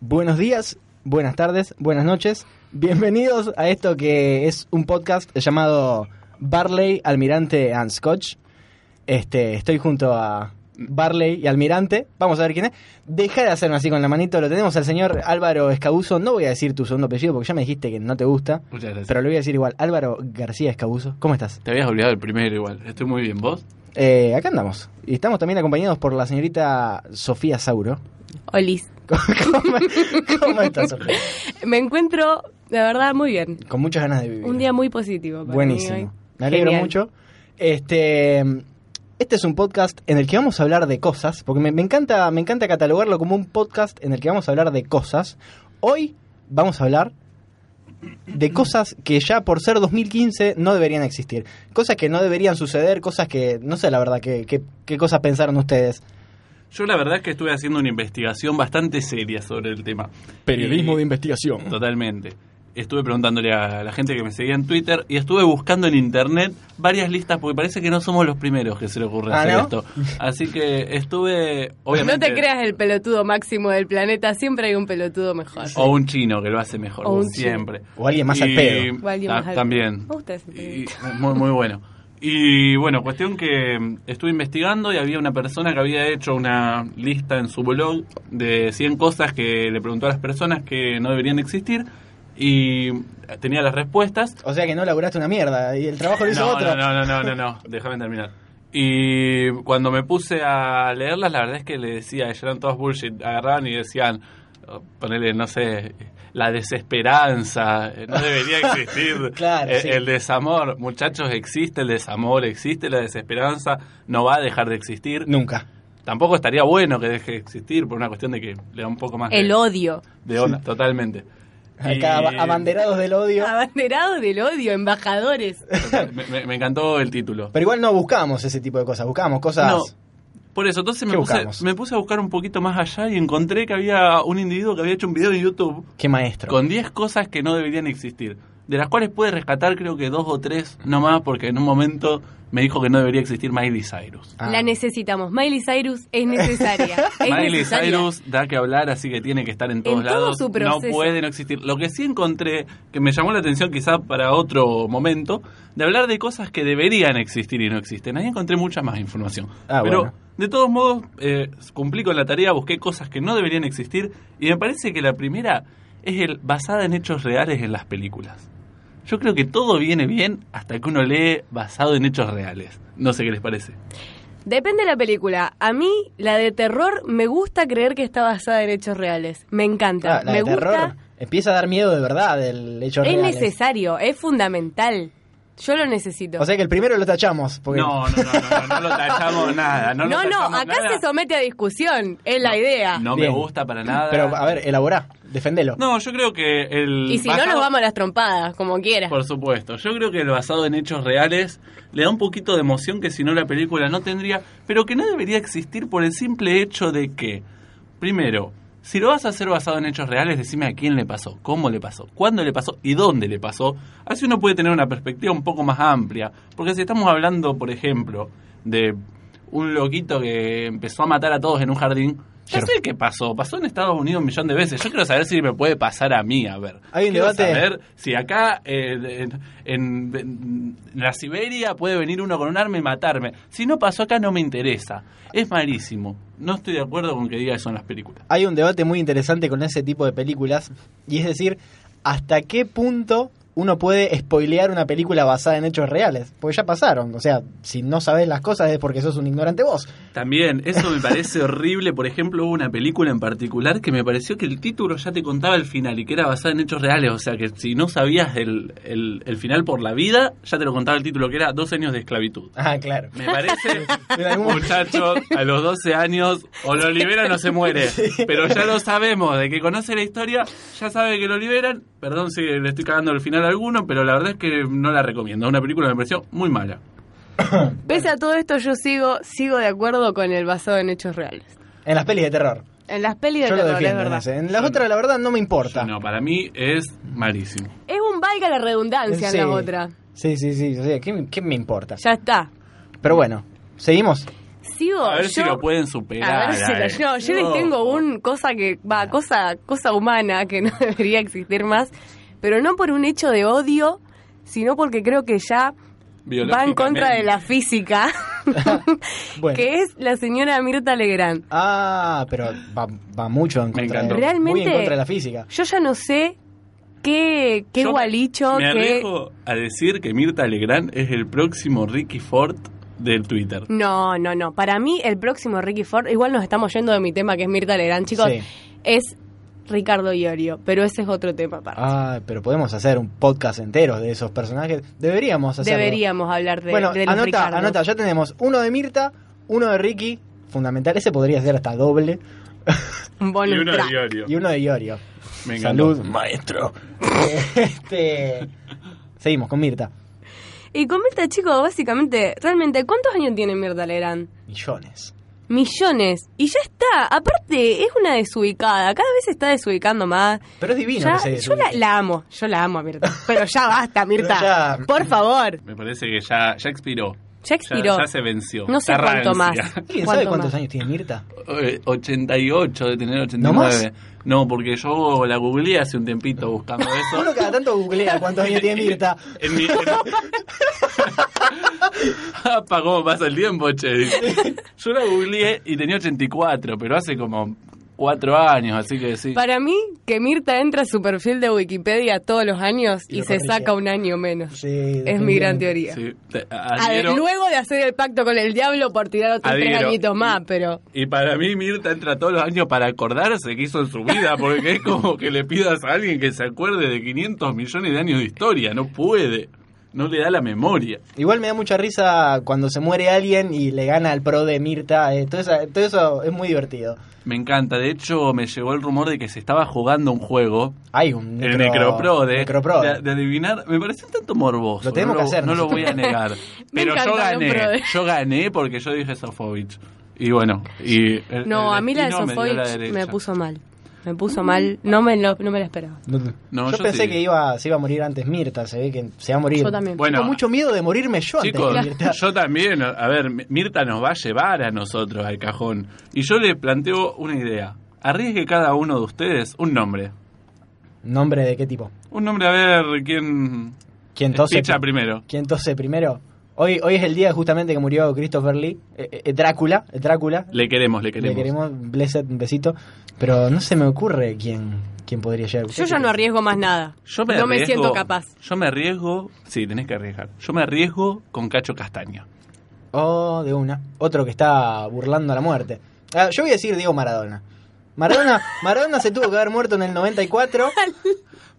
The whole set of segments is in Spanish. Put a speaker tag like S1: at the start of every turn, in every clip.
S1: Buenos días, buenas tardes, buenas noches. Bienvenidos a esto que es un podcast llamado Barley, Almirante and Scotch. Este, estoy junto a Barley y Almirante. Vamos a ver quién es. Deja de hacerme así con la manito. Lo tenemos al señor Álvaro Escabuso. No voy a decir tu segundo apellido porque ya me dijiste que no te gusta.
S2: Muchas gracias.
S1: Pero lo voy a decir igual. Álvaro García Escabuso. ¿Cómo estás?
S2: Te habías olvidado el primero igual. Estoy muy bien. ¿Vos?
S1: Eh, acá andamos. Y estamos también acompañados por la señorita Sofía Sauro.
S3: Olis.
S1: ¿Cómo, cómo estás, Sofía?
S3: Me encuentro, de verdad, muy bien.
S1: Con muchas ganas de vivir.
S3: Un día muy positivo. para mí hoy.
S1: Buenísimo. Me alegro
S3: Genial.
S1: mucho. Este, este es un podcast en el que vamos a hablar de cosas, porque me, me encanta, me encanta catalogarlo como un podcast en el que vamos a hablar de cosas. Hoy vamos a hablar de cosas que ya por ser 2015 no deberían existir. Cosas que no deberían suceder, cosas que, no sé la verdad, qué que, qué cosas pensaron ustedes.
S2: Yo la verdad es que estuve haciendo una investigación bastante seria sobre el tema. Y-
S1: investigación.
S2: Totalmente. Estuve preguntándole a la gente que me seguía en Twitter y estuve buscando en internet varias listas porque parece que no somos los primeros que se le ocurre
S1: Ah,
S2: hacer
S1: ¿no?
S2: esto. Así que estuve, obviamente...
S3: No te creas el pelotudo máximo del planeta, siempre hay un pelotudo mejor.
S2: O un chino que lo hace mejor,
S3: O un
S2: siempre.
S1: O alguien más al
S2: Y-
S1: pedo.
S3: O alguien
S2: ta-
S3: más al-
S2: También.
S3: Me gusta ese
S2: Y-
S3: pedo.
S2: muy, muy bueno. Y bueno, cuestión que mm, estuve investigando y había una persona que había hecho una lista en su blog de 100 cosas que le preguntó a las personas que no deberían existir y tenía las respuestas.
S1: O sea que no laburaste una mierda y el trabajo lo hizo
S2: No,
S1: otro.
S2: no, no, no, no, no, no, déjame terminar. Y cuando me puse a leerlas, la verdad es que le decía, ellos eran todos bullshit, agarraban y decían, oh, ponele, no sé, la desesperanza, eh, no debería existir,
S1: Claro,
S2: Eh,
S1: sí.
S2: el desamor, muchachos, existe el desamor, existe la desesperanza, no va a dejar de existir.
S1: Nunca.
S2: Tampoco estaría bueno que deje de existir por una cuestión de que le da un poco más
S3: El
S2: de,
S3: odio.
S2: de onda, totalmente.
S1: Acá
S2: Y-
S1: ab- abanderados del odio.
S3: Ah, Abanderados del odio, embajadores.
S2: total, me- me- me encantó el título.
S1: Pero igual no buscamos ese tipo de cosas, buscamos cosas.
S2: No. Por eso, entonces me
S1: ¿Qué
S2: puse,
S1: buscamos?
S2: me puse a buscar un poquito más allá y encontré que había un individuo que había hecho un video en YouTube
S1: Qué maestro.
S2: con 10 cosas que no deberían existir. De las cuales pude rescatar creo que dos o tres nomás porque en un momento me dijo que no debería existir Miley Cyrus.
S1: Ah.
S3: La necesitamos. Miley Cyrus es necesaria. Es
S2: Miley
S3: necesaria.
S2: Cyrus da que hablar, así que tiene que estar en todos
S3: En todo
S2: lados.
S3: su
S2: no
S3: proceso.
S2: puede no existir. Lo que sí encontré, que me llamó la atención quizá para otro momento, de hablar de cosas que deberían existir y no existen. Ahí encontré mucha más información.
S1: Ah,
S2: Pero
S1: bueno.
S2: de todos modos, eh, cumplí con la tarea, busqué cosas que no deberían existir y me parece que la primera es el basada en hechos reales en las películas. Yo creo que todo viene bien hasta que uno lee basado en hechos reales. No sé qué les parece.
S3: Depende de la película. A mí, la de terror, me gusta creer que está basada en hechos reales. Me encanta.
S1: Ah, la
S3: me
S1: de
S3: gusta.
S1: terror empieza a dar miedo de verdad el hecho
S3: Es
S1: reales.
S3: necesario, es fundamental. Yo lo necesito.
S1: O sea que el primero lo tachamos. Porque...
S2: No, no, no, no, no, no lo tachamos nada. No,
S3: no,
S2: lo
S3: no,
S2: tachamos
S3: acá
S2: nada.
S3: se somete a discusión, es la idea.
S2: No
S1: Bien. Mm,
S2: me gusta para nada.
S1: Pero ah, a ver, elaborá, defendelo.
S2: No, yo creo que el.
S3: y si
S2: basado-
S3: no, nos vamos a las trompadas, como quieras.
S2: Por supuesto. Yo creo que el basado en hechos reales le da un poquito de emoción que si no la película no tendría, pero que no debería existir por el simple hecho de que, primero, si lo vas a hacer basado en hechos reales, decime a quién le pasó, cómo le pasó, cuándo le pasó y dónde le pasó. Así uno puede tener una perspectiva un poco más amplia. Porque si estamos hablando, por ejemplo, de un loquito que empezó a matar a todos en un jardín, ya
S1: Claro.
S2: sé qué pasó. Pasó en Estados Unidos un millón de veces. Yo quiero saber si me puede pasar a mí, a ver.
S1: Hay un
S2: Quiero
S1: debate.
S2: saber si acá eh, en, en- en la Siberia puede venir uno con un arma y matarme. Si no pasó acá no me interesa. Es malísimo. No estoy de acuerdo con que diga eso en las películas.
S1: Hay un debate muy interesante con ese tipo de películas. Y es decir, ¿hasta qué punto uno puede spoilear una película basada en hechos reales? Porque ya pasaron. O sea, si no sabes las cosas es porque sos un ignorante vos.
S2: También, eso me parece horrible. Por ejemplo, hubo una película en particular que me pareció que el título ya te contaba el final y que era basada en hechos reales. O sea, que si no sabías el, el- el final por la vida, ya te lo contaba el título, que era Dos años de esclavitud.
S1: Ah, claro.
S2: Me parece,
S1: En algún momento-
S2: muchachos, a los 12 años, o lo liberan o se muere. Pero ya lo sabemos, de que conoce la historia, ya sabe que lo liberan. Perdón si le estoy cagando el final a alguno, pero la verdad es que no la recomiendo. Es una película que me pareció muy mala.
S3: Pese a todo esto, yo sigo sigo de acuerdo con el basado en hechos reales.
S1: En las pelis de terror.
S3: En las pelis de
S1: Yo lo
S3: terror, es
S1: defiendo. en
S3: verdad.
S1: ese. En las otras, la verdad, no me importa.
S2: No, para mí es malísimo.
S3: Es un valga la redundancia
S1: Sí.
S3: en la otra.
S1: Sí, sí, sí. o sea, ¿qué, me- qué me importa?
S3: Ya está.
S1: Pero bueno, ¿seguimos?
S3: sigo.
S2: A ver
S3: Oh, yo,
S2: si lo pueden superar.
S3: A ver si
S2: Ale.
S3: lo- no, yo les
S2: No.
S3: tengo un cosa que va cosa cosa humana que no debería existir más, pero no por un hecho de odio, sino porque creo que ya va en contra de la física,
S1: Bueno.
S3: que es la señora Mirta Legrand.
S1: Ah, pero va, va mucho en contra, de,
S2: encantó.
S1: muy en
S3: Realmente-
S1: contra de la física.
S3: Yo ya no sé qué qué
S2: Yo
S3: gualicho
S2: Me
S3: qué
S2: arriesgo a decir que Mirta Legrand es el próximo Ricky Ford del Twitter.
S3: No, no, no. Para mí, el próximo Ricky Ford, igual nos estamos yendo de mi tema que es Mirta Legrand, chicos,
S1: Sí.
S3: es Ricardo Iorio, pero ese es otro tema aparte.
S1: Ah, pero podemos hacer un podcast entero de esos personajes. Deberíamos hacerlo.
S3: Deberíamos hablar de,
S1: bueno,
S3: de los
S1: anota,
S3: Ricardos.
S1: anota, ya tenemos uno de Mirta, uno de Ricky, fundamental, ese podría ser hasta doble,
S3: Un bonus track.
S2: diario.
S1: y uno de Iorio.
S2: Me encantó.
S1: Salud, maestro. este, seguimos con Mirta.
S3: Y con Mirta, chicos, básicamente, realmente, ¿cuántos años tiene Mirta Legrand?
S1: Millones.
S3: Millones. Y ya está. Aparte, es una desubicada. Cada vez se está desubicando más.
S1: Pero es divino
S3: Ya-
S1: que se
S3: yo la,
S1: desubique.
S3: la amo. Yo la amo a Mirta. Pero ya basta, Mirta.
S1: ya-
S3: Por favor.
S2: Me parece que ya, ya expiró.
S3: Ya
S2: Ya,
S3: expiró.
S2: ya se venció.
S3: No sé
S2: Está
S3: cuánto más.
S2: rancia.
S1: ¿Alguien
S3: ¿Cuánto
S1: sabe cuántos
S3: más?
S1: años tiene Mirta?
S2: Eh, 88, de tener
S1: ¿No más?
S2: 89. ¿No, porque yo la googleé hace un tiempito buscando
S1: Uno
S2: eso.
S1: cada tanto googlea cuántos años tiene Mirta.
S2: En mi- Ah, pa, ¿Cómo pasa el tiempo, che? Yo la googleé y tenía 84, pero hace como 4 años, así que sí.
S3: Para mí, que Mirta entra a su perfil de Wikipedia todos los años
S1: Y
S3: y,
S1: lo
S3: se
S1: corrige.
S3: saca un año menos.
S1: Sí,
S3: es mi
S1: definitivamente.
S3: gran teoría.
S2: Sí, te-
S3: A ver,
S2: adhiero-
S3: luego de hacer el pacto con el diablo por tirar otros tres
S2: Adhiero.
S3: añitos más, pero...
S2: Y para mí Mirta entra todos los años para acordarse que hizo en su vida, porque es como que le pidas a alguien que se acuerde de 500 millones de años de historia, no puede, no le da la memoria.
S1: Igual me da mucha risa cuando se muere alguien y le gana al pro de Mirta. eh, todo, esa- todo eso es muy divertido.
S2: Me encanta, de hecho me llegó el rumor de que se estaba jugando un juego,
S1: Hay un
S2: el
S1: necro-
S2: Necroprode,
S1: necroprode.
S2: De, de adivinar, me pareció un tanto morboso.
S1: Lo tenemos
S2: no
S1: que hacer
S2: No lo
S1: nosotros.
S2: voy a negar, pero yo
S3: encanta el
S2: gané,
S3: Necroprode.
S2: yo gané porque yo dije Sofovich. Y bueno, y el-
S3: No,
S2: el
S3: a mí la de
S2: destino me dio la
S3: Sofovich me,
S2: derecha.
S3: puso mal. Me puso mal, no me, lo, no me la esperaba.
S1: No te-
S2: No,
S1: yo,
S2: yo
S1: pensé
S2: sí.
S1: que iba, se iba a morir antes Mirta, se ve que se va a morir.
S3: Yo también.
S2: Bueno,
S1: Tengo mucho miedo de morirme yo
S2: Chicos,
S1: antes que Mirta.
S2: yo también, a ver, Mirta nos va a llevar a nosotros al cajón. Y yo le planteo una idea. Arriesgue cada uno de ustedes un nombre.
S1: ¿Nombre de qué tipo?
S2: Un nombre a ver quién
S1: ¿Quién tose?
S2: picha primero.
S1: ¿Quién tose primero? Hoy, hoy es el día justamente que murió Christopher Lee, eh, eh, Drácula, eh, Drácula.
S2: Le queremos, le
S1: Le
S2: queremos.
S1: queremos, Blessed, un besito. Pero no se me ocurre quién, quién podría llegar.
S3: Yo ya no arriesgo más nada.
S2: Yo me
S3: no me
S2: arriesgo-
S3: siento capaz.
S2: Yo me arriesgo, sí, tenés que arriesgar. Yo me arriesgo con Cacho Castaña.
S1: Oh, de una. Otro que está burlando a la muerte. Ah, yo voy a decir Diego Maradona. Maradona, Maradona se tuvo que haber muerto en el 94.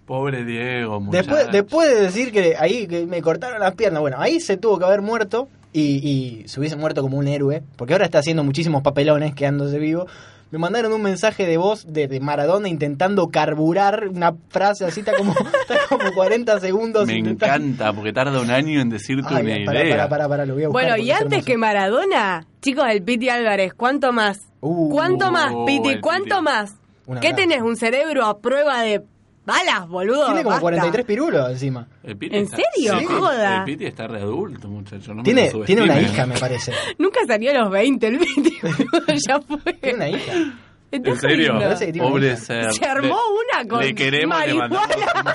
S2: Pobre Diego, muchacho.
S1: Después, después de decir que ahí que me cortaron las piernas, bueno, ahí se tuvo que haber muerto y, y se hubiese muerto como un héroe, porque ahora está haciendo muchísimos papelones quedándose vivo. Me mandaron un mensaje de voz de, de Maradona intentando carburar una frase así, está como, está como 40 segundos.
S2: Me
S1: intentando-
S2: encanta, porque tarda un año en decirte
S1: Ay,
S2: una
S1: pará,
S2: idea.
S1: pará, pará, pará, lo voy a buscar
S3: Bueno,
S1: porque
S3: y
S1: es
S3: antes
S1: hermoso.
S3: que Maradona, chicos, el Piti Álvarez, ¿cuánto más?
S1: Uh,
S3: ¿Cuánto más,
S2: el
S3: Piti?
S2: Piti.
S3: ¿Cuánto más?
S1: Un
S3: ¿Qué
S1: abrazo.
S3: tenés? ¿Un cerebro a prueba de balas, boludo?
S1: Tiene como
S3: Basta.
S1: 43 pirulos encima.
S2: El Piti
S3: ¿En
S2: está-
S3: serio?
S2: Sí,
S3: Joda.
S2: El Piti está re adulto, muchacho. no me
S1: Tiene,
S2: lo
S1: tiene una
S2: subestimen.
S1: hija, me parece.
S3: Nunca salió a los 20 el Piti, boludo, ya
S1: Tiene una
S3: fue.
S1: hija.
S3: Está
S2: ¿En serio?
S3: jodiendo.
S1: Parece que tiene una
S2: Pobre
S1: hija.
S2: ser.
S3: Se armó
S2: Le-
S3: una con
S2: Le queremos, le mandamos
S3: marihuana.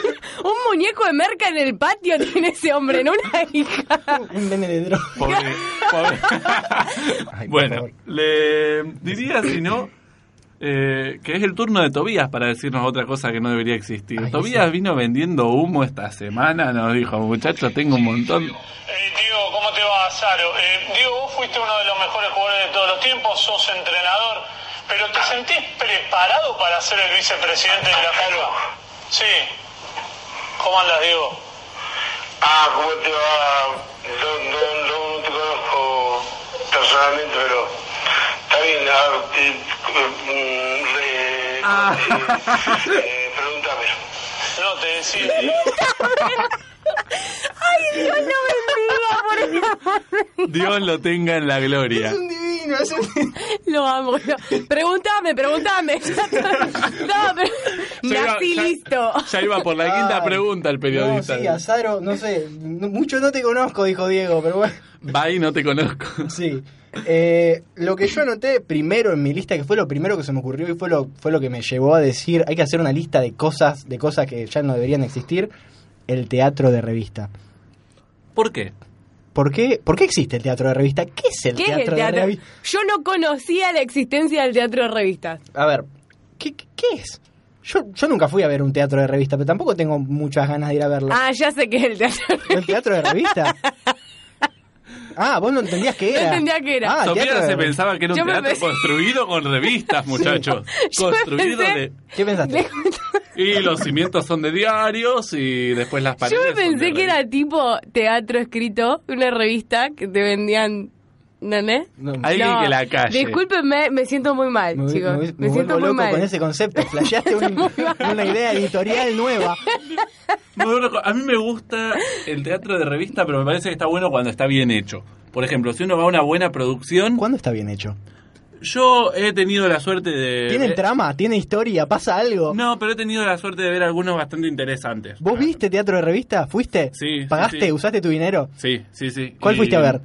S3: Un muñeco de merca en el patio tiene ese hombre, no una hija.
S1: Un nene de droga.
S2: un- Pobre, pobre.
S1: Ay, por
S2: bueno,
S1: favor.
S2: le diría, si no, eh, que es el turno de Tobías para decirnos otra cosa que no debería existir.
S1: Ay,
S2: Tobías
S1: sí.
S2: vino vendiendo humo esta semana, nos dijo, muchachos, tengo un montón.
S4: Eh, Diego, ¿cómo te va, Saro? Eh, Diego, vos fuiste uno de los mejores jugadores de todos los tiempos, sos entrenador, pero ¿te sentís preparado para ser el vicepresidente de la Palma? Sí. ¿Cómo andas, Diego?
S5: Ah, ¿cómo te va? No, no, no, te conozco personalmente, pero está bien. A ver, eh, eh, mm, eh, eh, eh, pregúntame.
S4: No, te decía...
S2: Dios lo tenga en la gloria.
S1: divino, es un
S3: Lo amo. lo- Preguntame, preguntame. No, pero Y así listo.
S2: Ya iba por la quinta
S1: Ay.
S2: pregunta el periodista.
S1: No, sí, Azaro, no sé, no- mucho no te conozco, dijo Diego, pero bueno.
S2: Va y no te conozco.
S1: Sí. Eh, lo que yo anoté primero en mi lista, que fue lo primero que se me ocurrió y fue lo, fue lo que me llevó a decir, hay que hacer una lista de cosas, de cosas que ya no deberían existir, el teatro de revista.
S2: ¿Por qué?
S1: ¿Por qué, ¿Por qué existe el teatro de revista? ¿Qué es el,
S3: ¿Qué
S1: teatro,
S3: es el teatro?
S1: de revista?
S3: Yo no conocía la existencia del teatro de revistas.
S1: A ver, ¿qué, qué es? Yo, yo nunca fui a ver un teatro de revista, pero tampoco tengo muchas ganas de ir a verlo.
S3: Ah, ya sé que es el teatro.
S1: ¿El teatro de revista? Ah, vos no entendías qué
S3: No
S1: era.
S3: entendía qué era.
S1: Ah, teatro
S2: Sofía
S1: de
S2: se
S1: revista.
S2: pensaba que era un
S3: Yo me
S2: teatro
S3: pensé-
S2: construido con revistas, muchachos.
S3: Yo
S2: Construido
S3: pensé-
S2: de...
S1: ¿Qué pensaste?
S2: Y los cimientos son de diarios y después las paredes
S3: Yo me
S2: son de
S3: pensé que
S2: revistas.
S3: era tipo teatro escrito, una revista que te vendían. ¿Entendés?
S1: No,
S2: Alguien que la calle.
S3: Discúlpenme, me siento muy mal,
S1: vu-
S3: chicos.
S1: vu-
S3: Me,
S1: me vuelvo
S3: siento muy
S1: loco
S3: mal.
S1: con ese concepto. Flasheaste un- una idea editorial nueva.
S2: Me vuelvo loco. A mí me gusta el teatro de revista, pero me parece que está bueno cuando está bien hecho. Por ejemplo, si uno va a una buena producción,
S1: ¿Cuándo está bien hecho?
S2: yo he tenido la suerte de...
S1: ¿Tiene
S2: eh,
S1: trama? ¿Tiene historia? ¿Pasa algo?
S2: No, pero he tenido la suerte de ver algunos bastante interesantes.
S1: ¿Vos viste teatro de revista? ¿Fuiste?
S2: Sí, sí,
S1: ¿Pagaste?
S2: sí.
S1: ¿Usaste tu dinero?
S2: Sí, sí, sí.
S1: ¿Cuál fuiste a ver?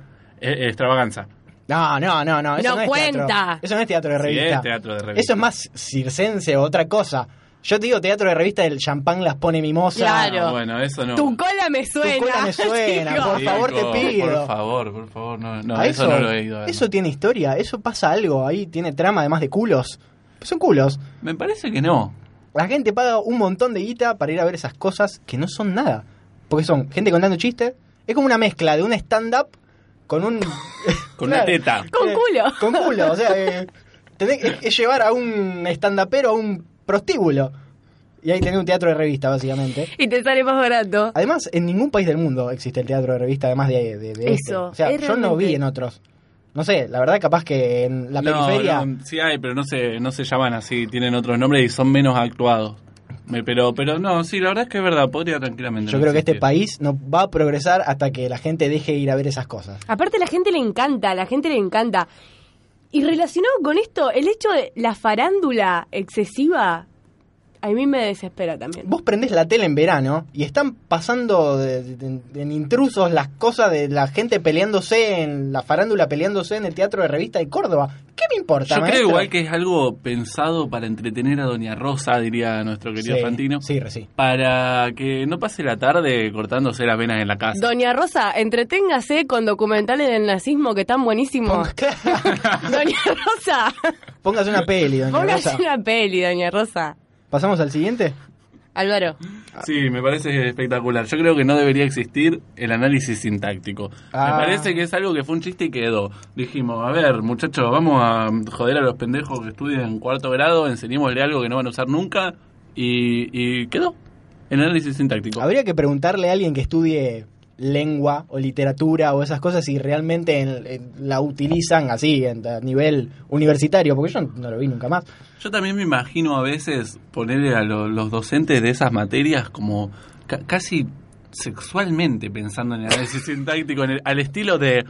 S2: Eh, eh, extravaganza.
S1: No, no, no, no. Eso no,
S3: No
S1: es
S3: cuenta.
S1: teatro. Eso no es teatro de
S2: Sí,
S1: revista.
S2: es teatro de revista.
S1: Eso es más circense o otra cosa. Yo te digo teatro de revista del champán las pone mimosa.
S3: Claro.
S2: Ah, bueno, eso no.
S3: Tu cola me suena.
S1: cola me suena,
S3: chicos.
S1: por favor, te pido.
S2: Por favor, por favor, no, no,
S1: A
S2: eso, no lo he ido a ver.
S1: Eso tiene historia, eso pasa algo, ahí tiene trama además de culos. Son culos.
S2: Me parece que no.
S1: La gente paga un montón de guita para ir a ver esas cosas que no son nada. Porque son gente contando chistes. Es como una mezcla de un stand-up con un...
S2: Con
S1: Claro.
S2: una teta.
S3: Con
S1: Eh,
S3: culo.
S1: Con culo, o sea, eh, tenés que- es, es llevar a un stand-upero a un prostíbulo. Y ahí tenés un teatro de revista, básicamente.
S3: Y te sale más barato.
S1: Además, en ningún país del mundo existe el teatro de revista, además de, de- de este.
S3: Eso,
S1: O sea,
S3: es
S1: yo no vi
S3: realmente-
S1: en otros. No sé, la verdad capaz que en la
S2: no,
S1: periferia...
S2: no, sí hay, pero no se, no se llaman así, tienen otros nombres y son menos actuados. Me- Pero, pero no, sí, la verdad es que es verdad, podría tranquilamente.
S1: Yo
S2: no
S1: creo que este
S2: existir.
S1: país no va a progresar hasta que la gente deje ir a ver esas cosas.
S3: Aparte, la gente le encanta, la gente le encanta. Y relacionado con esto, el hecho de la farándula excesiva, a mí me desespera también.
S1: Vos prendés la tele en verano y están pasando de- de- de- en intrusos las cosas de la gente peleándose en la farándula, peleándose en el teatro de revista de Córdoba. ¿Qué me importa?
S2: Yo creo
S1: maestro?
S2: igual que es algo pensado para entretener a Doña Rosa, diría nuestro querido
S1: Sí,
S2: Fantino.
S1: Sí, re- sí.
S2: Para que no pase la tarde cortándose las venas en la casa.
S3: Doña Rosa, entreténgase con documentales del nazismo que están buenísimos. Doña Rosa,
S1: Póngase una peli, doña
S3: póngase
S1: Rosa.
S3: una peli, Doña Rosa.
S1: ¿Pasamos al siguiente?
S3: Álvaro,
S2: Sí, me parece espectacular. Yo creo que no debería existir el análisis sintáctico.
S1: Ah.
S2: Me parece que es algo que fue un chiste y quedó. Dijimos, a ver, muchachos, vamos a joder a los pendejos que estudian en cuarto grado, enseñémosle algo que no van a usar nunca y, y quedó. El análisis sintáctico.
S1: Habría que preguntarle a alguien que estudie lengua o literatura o esas cosas si realmente en- en- la utilizan así en- a nivel universitario, porque yo no lo vi nunca más.
S2: Yo también me imagino a veces ponerle a lo- los docentes de esas materias como ca- casi sexualmente pensando en el análisis sintáctico, en el- al estilo de...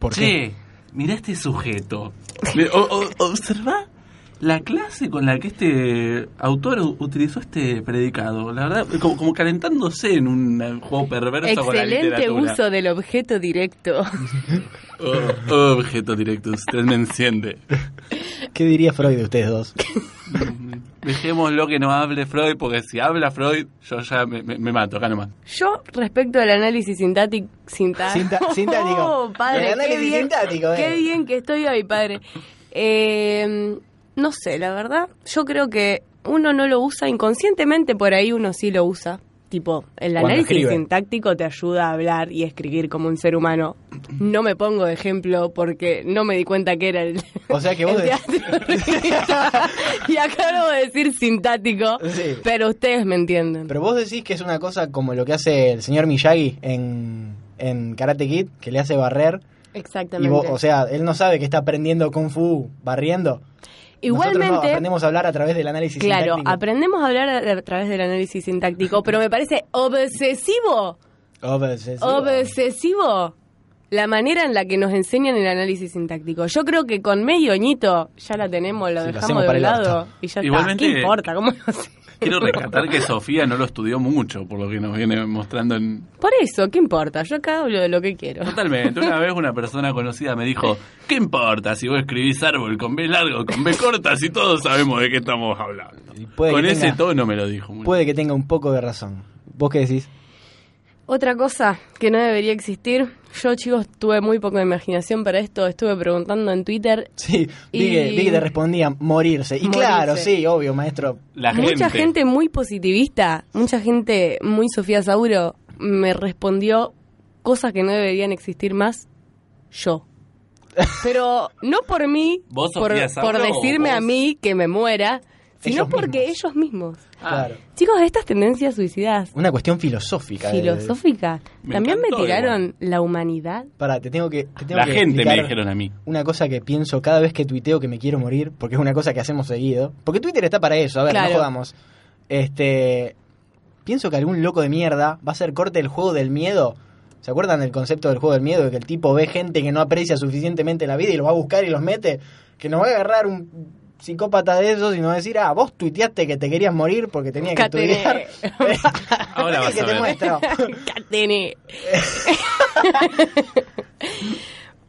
S1: ¿Por
S2: che, mirá este sujeto. Mi- o- o- observá la clase con la que este autor u- utilizó este predicado. La verdad, como, como calentándose en un juego perverso con la
S3: excelente
S2: literatura.
S3: uso del objeto directo.
S2: Oh, objeto directo, usted me enciende.
S1: ¿Qué diría Freud de ustedes dos?
S2: Dejémoslo que no hable Freud, porque si habla Freud, yo ya me, me- me mato, acá nomás.
S3: Yo, respecto al análisis sintático...
S1: Sinta- sintático.
S3: Oh, padre,
S1: El análisis
S3: qué bien,
S1: sintático, eh.
S3: Qué bien que estoy hoy, padre. Eh, no sé, la verdad, yo creo que uno no lo usa inconscientemente, por ahí uno sí lo usa. Tipo, el
S1: Cuando
S3: análisis
S1: escribe.
S3: sintáctico te ayuda a hablar y escribir como un ser humano. No me pongo de ejemplo porque no me di cuenta que era el,
S1: O sea que vos
S3: el
S1: de-
S3: teatro. y acabo de decir sintático,
S1: Sí.
S3: pero ustedes me entienden.
S1: Pero vos decís que es una cosa como lo que hace el señor Miyagi en, en Karate Kid, que le hace barrer. Y
S3: Exactamente.
S1: vos, o sea, él no sabe que está aprendiendo Kung Fu barriendo. Nosotros no,
S3: Igualmente,
S1: aprendemos a hablar a través del análisis
S3: claro,
S1: sintáctico.
S3: aprendemos a hablar a, a través del análisis
S1: Oh,
S3: sintáctico, Oh, pero me parece obsesivo,
S1: Obsesivo.
S3: obsesivo la manera en la que nos enseñan el análisis sintáctico. Yo creo que con medio ñito ya la tenemos, lo
S1: Sí, lo
S3: dejamos
S1: hacemos
S3: de
S1: para el
S3: lado
S1: orto.
S3: y ya
S2: Igualmente-
S3: está. ¿Qué importa? ¿Cómo lo hacemos?
S2: Quiero rescatar que Sofía no lo estudió mucho, por lo que nos viene mostrando en...
S3: Por eso, ¿qué importa? Yo acá hablo de lo que quiero.
S2: Totalmente. Una vez una persona conocida me dijo, ¿qué importa si vos escribís árbol con B largo, con B corta, si todos sabemos de qué estamos hablando?
S1: Y puede
S2: con
S1: que
S2: ese
S1: tenga-
S2: tono me lo dijo. muy
S1: Puede que tenga un poco de razón. ¿Vos qué decís?
S3: Otra cosa que no debería existir, yo chicos tuve muy poca imaginación para esto, estuve preguntando en Twitter.
S1: Sí, vi,
S3: Y-
S1: que, vi que te respondía morirse. Y
S3: Morirse.
S1: claro, sí, obvio, maestro.
S2: La
S3: mucha gente muy positivista, mucha gente muy Sofía Sauro me respondió cosas que no deberían existir más yo. Pero no por mí,
S2: ¿Vos,
S3: por,
S2: Sofía Sauro,
S3: por
S2: o
S3: decirme
S2: vos?
S3: a mí que me muera, sino
S1: Ellos
S3: porque
S1: mismos.
S3: ellos mismos.
S2: Ah,
S1: Claro.
S3: Chicos, estas tendencias suicidas
S1: Una cuestión filosófica. de-
S3: filosóficas
S2: Me
S3: también me
S2: encantó
S3: tiraron la humanidad.
S1: Pará, te tengo que. te tengo
S2: La
S1: que
S2: gente me
S1: explicar
S2: dijeron a mí.
S1: Una cosa que pienso cada vez que tuiteo que me quiero morir, porque es una cosa que hacemos seguido. Porque Twitter está para eso, a ver,
S3: Claro.
S1: no jodamos. Este. Pienso que algún loco de mierda va a hacer corte del juego del miedo. ¿Se acuerdan del concepto del juego del miedo? De que el tipo ve gente que no aprecia suficientemente la vida y los va a buscar y los mete. Que nos va a agarrar un psicópata de esos y nos va a decir, ah, vos tuiteaste que te querías morir porque tenías que
S3: Cateré.
S1: estudiar.
S2: Ahora vas
S1: que
S2: a
S1: te
S2: ver.
S1: muestro.
S3: Catene.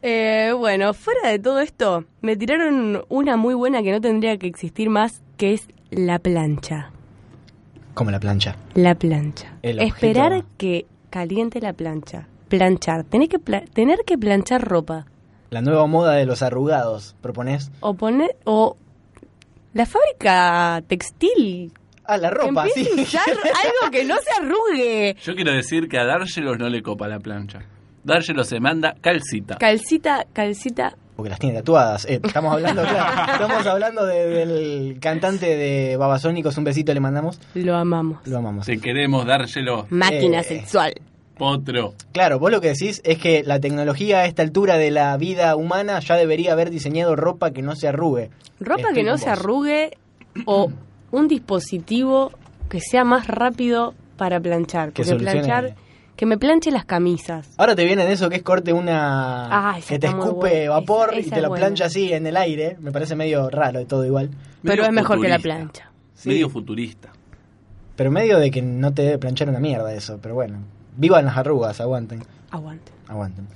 S3: Eh, bueno, fuera de todo esto, me tiraron una muy buena que no tendría que existir más, que es la plancha.
S1: Como la plancha.
S3: La plancha.
S1: El objeto-
S3: Esperar que caliente la plancha. Planchar. Tener que, pla- tener que planchar ropa.
S1: La nueva moda de los arrugados, ¿proponés?
S3: O poner... O la fábrica textil.
S1: Ah, la
S3: Que
S1: ropa,
S3: empiece a
S1: sí.
S3: usar algo que no se arrugue.
S2: Yo quiero decir que a Dárgelos no le copa la plancha. Dárgelos se manda calcita.
S3: Calcita, calcita.
S1: Porque las tiene tatuadas. Eh, estamos hablando, claro, estamos hablando de- del cantante de Babasónicos. Un besito le mandamos.
S3: Lo amamos.
S1: Lo amamos.
S2: Te queremos, Dárgelos.
S3: Máquina
S1: Eh.
S3: sexual.
S2: Potro.
S1: Claro, vos lo que decís es que la tecnología a esta altura de la vida humana ya debería haber diseñado ropa que no se arrugue.
S3: Ropa
S1: Estoy
S3: que no
S1: con
S3: se
S1: vos.
S3: arrugue o un dispositivo que sea más rápido para planchar.
S1: Que
S3: Porque
S1: solucione-
S3: planchar, que me planche las camisas.
S1: Ahora te viene de eso que es corte una...
S3: Ah, esa
S1: que te
S3: está muy
S1: escupe
S3: buena.
S1: vapor
S3: Esa-
S1: y
S3: esa
S1: te
S3: es
S1: la
S3: buena.
S1: plancha así en el aire. Me parece medio raro de todo igual.
S3: Pero
S2: Medio
S3: es mejor que la
S2: futurista.
S3: plancha.
S1: Sí.
S2: Medio futurista.
S1: Pero medio de que no te debe planchar una mierda eso. Pero bueno, vivan las arrugas, aguanten.
S3: Aguante.
S1: Aguanten.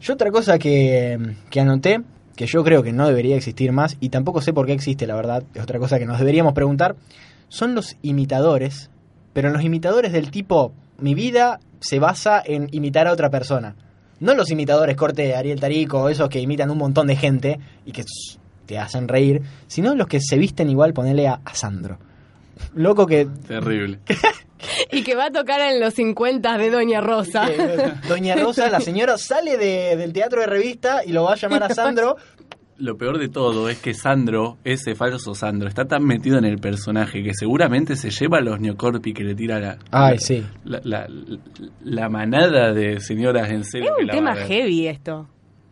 S1: Yo otra cosa que, que anoté, que yo creo que no debería existir más, y tampoco sé por qué existe, la verdad, es otra cosa que nos deberíamos preguntar, son los imitadores, pero los imitadores del tipo, mi vida se basa en imitar a otra persona. No los imitadores corte Ariel Tarico, esos que imitan un montón de gente y que tss, te hacen reír, sino los que se visten igual, ponele a, a Sandro. Loco que...
S2: Terrible.
S3: Y que va a tocar en los 50 de Doña Rosa.
S1: que Doña Rosa, la señora, sale de- del teatro de revista y lo va a llamar a Sandro
S2: Lo peor de todo es que Sandro, ese falso Sandro, está tan metido en el personaje que seguramente se lleva a los neocorpi que le tira la,
S1: Ay, sí.
S2: la, la- la- la manada de señoras en serio.
S3: es
S2: que
S3: un
S2: la
S3: tema
S2: va a ver.
S3: heavy esto.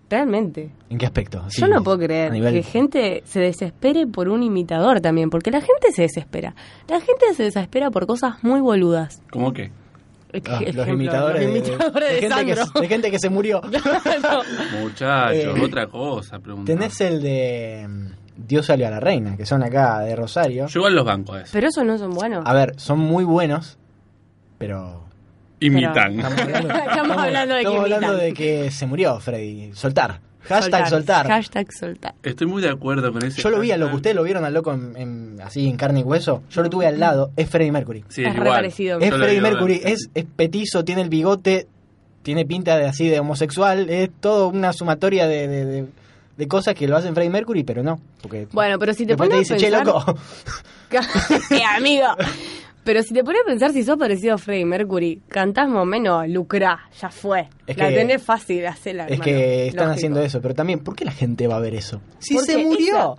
S3: Realmente.
S1: ¿En qué aspecto? Sí,
S3: Yo no puedo creer
S1: a nivel-
S3: que gente se desespere por un imitador también, porque la gente se desespera. La gente se desespera por cosas muy boludas.
S2: ¿Cómo que?
S1: Ah,
S3: Ejemplo,
S1: los imitadores,
S3: los
S1: de-
S3: imitadores de,
S1: de, gente
S3: Sandro.
S1: que, de gente que se murió.
S3: Claro.
S2: Muchachos,
S1: Eh,
S2: otra cosa. preguntaba.
S1: Tenés el de mm, Dios salió a la reina, que son acá de Rosario.
S2: Yo igual los bancos a eso.
S3: Pero esos no son buenos.
S1: A ver, son muy buenos, pero
S2: Imitan.
S1: estamos hablando,
S3: Estamos hablando de que
S1: estamos hablando
S3: imitan.
S1: de que se murió Freddy. Soltar. Hashtag soltar.
S3: Hashtag soltar.
S2: Estoy muy de acuerdo con ese.
S1: Yo lo vi a
S2: hashtag.
S1: loco. ¿Ustedes lo vieron al loco en- en- así en carne y hueso? Yo lo tuve al lado. Es Freddy Mercury.
S2: Sí,
S3: Es
S2: es
S3: re
S2: igual.
S3: parecido.
S1: Es
S2: Yo lo
S1: Freddie
S2: digo,
S1: Mercury,
S2: eh.
S1: es, es petizo, tiene el bigote, tiene pinta de así de homosexual, es todo una sumatoria de, de- de- de cosas que lo hacen Freddie Mercury, pero no. Porque
S3: Bueno, pero si te
S1: después
S3: pones
S1: te
S3: a
S1: dice, che,
S3: pensar...
S1: loco,
S3: Eh, amigo! Pero si te pones a pensar si sos parecido a Freddie Mercury, cantás más o menos, lucrá, ya fue.
S1: Es
S3: la
S1: que-
S3: tenés fácil, hacela,
S1: es que están haciendo eso, pero también, ¿por qué la gente va a ver eso? Si
S3: Porque
S1: se murió,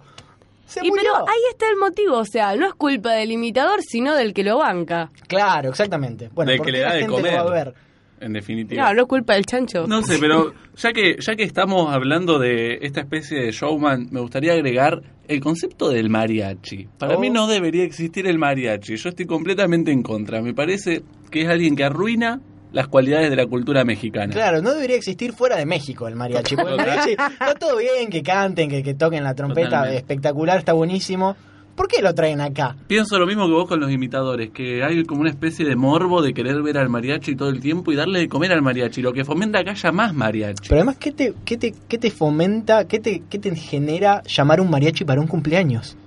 S1: se
S3: Y
S1: murió.
S3: pero ahí está el motivo, o sea, no es culpa del imitador, sino del que lo banca.
S1: Claro, exactamente. Bueno,
S2: De
S1: ¿por
S2: que
S1: qué
S2: le da
S1: la
S2: de
S1: gente lo va a
S2: comer.
S1: ver?
S2: En definitiva.
S3: No, no es culpa del chancho.
S2: No sé, pero ya que, ya que estamos hablando de esta especie de showman, me gustaría agregar el concepto del mariachi. Para
S1: Oh.
S2: mí no debería existir el mariachi. Yo estoy completamente en contra. Me parece que es alguien que arruina las cualidades de la cultura mexicana.
S1: Claro, no debería existir fuera de México el mariachi. Porque el mariachi está todo bien que canten, que, que toquen la trompeta,
S2: Totalmente.
S1: espectacular, está buenísimo. ¿Por qué lo traen acá?
S2: Pienso lo mismo que vos con los imitadores, que hay como una especie de morbo de querer ver al mariachi todo el tiempo y darle de comer al mariachi, lo que fomenta que haya más mariachi.
S1: Pero además, ¿qué te, qué te, qué te fomenta, qué te, qué te genera llamar un mariachi para un cumpleaños?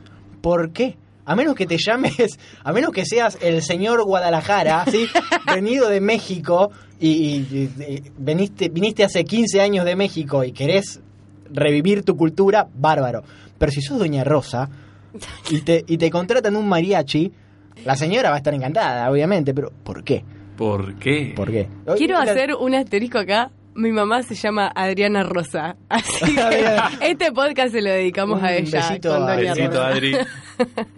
S1: ¿Por qué? A menos que te llames, a menos que seas el señor Guadalajara, ¿sí? venido de México y, y- y- y veniste, viniste hace 15 años de México y querés revivir tu cultura, bárbaro. Pero si sos Doña Rosa y te, y te contratan un mariachi, la señora va a estar encantada, obviamente, pero ¿por qué?
S2: ¿Por qué?
S1: ¿Por qué?
S3: Quiero
S1: La-
S3: hacer un asterisco acá. Mi mamá se llama Adriana Rosa. Así
S1: Adriana.
S3: que este podcast se lo dedicamos
S1: Un
S3: a ella.
S1: besito
S3: con
S1: a-
S3: Doña
S2: Besito,
S3: Rosa.
S2: Adri.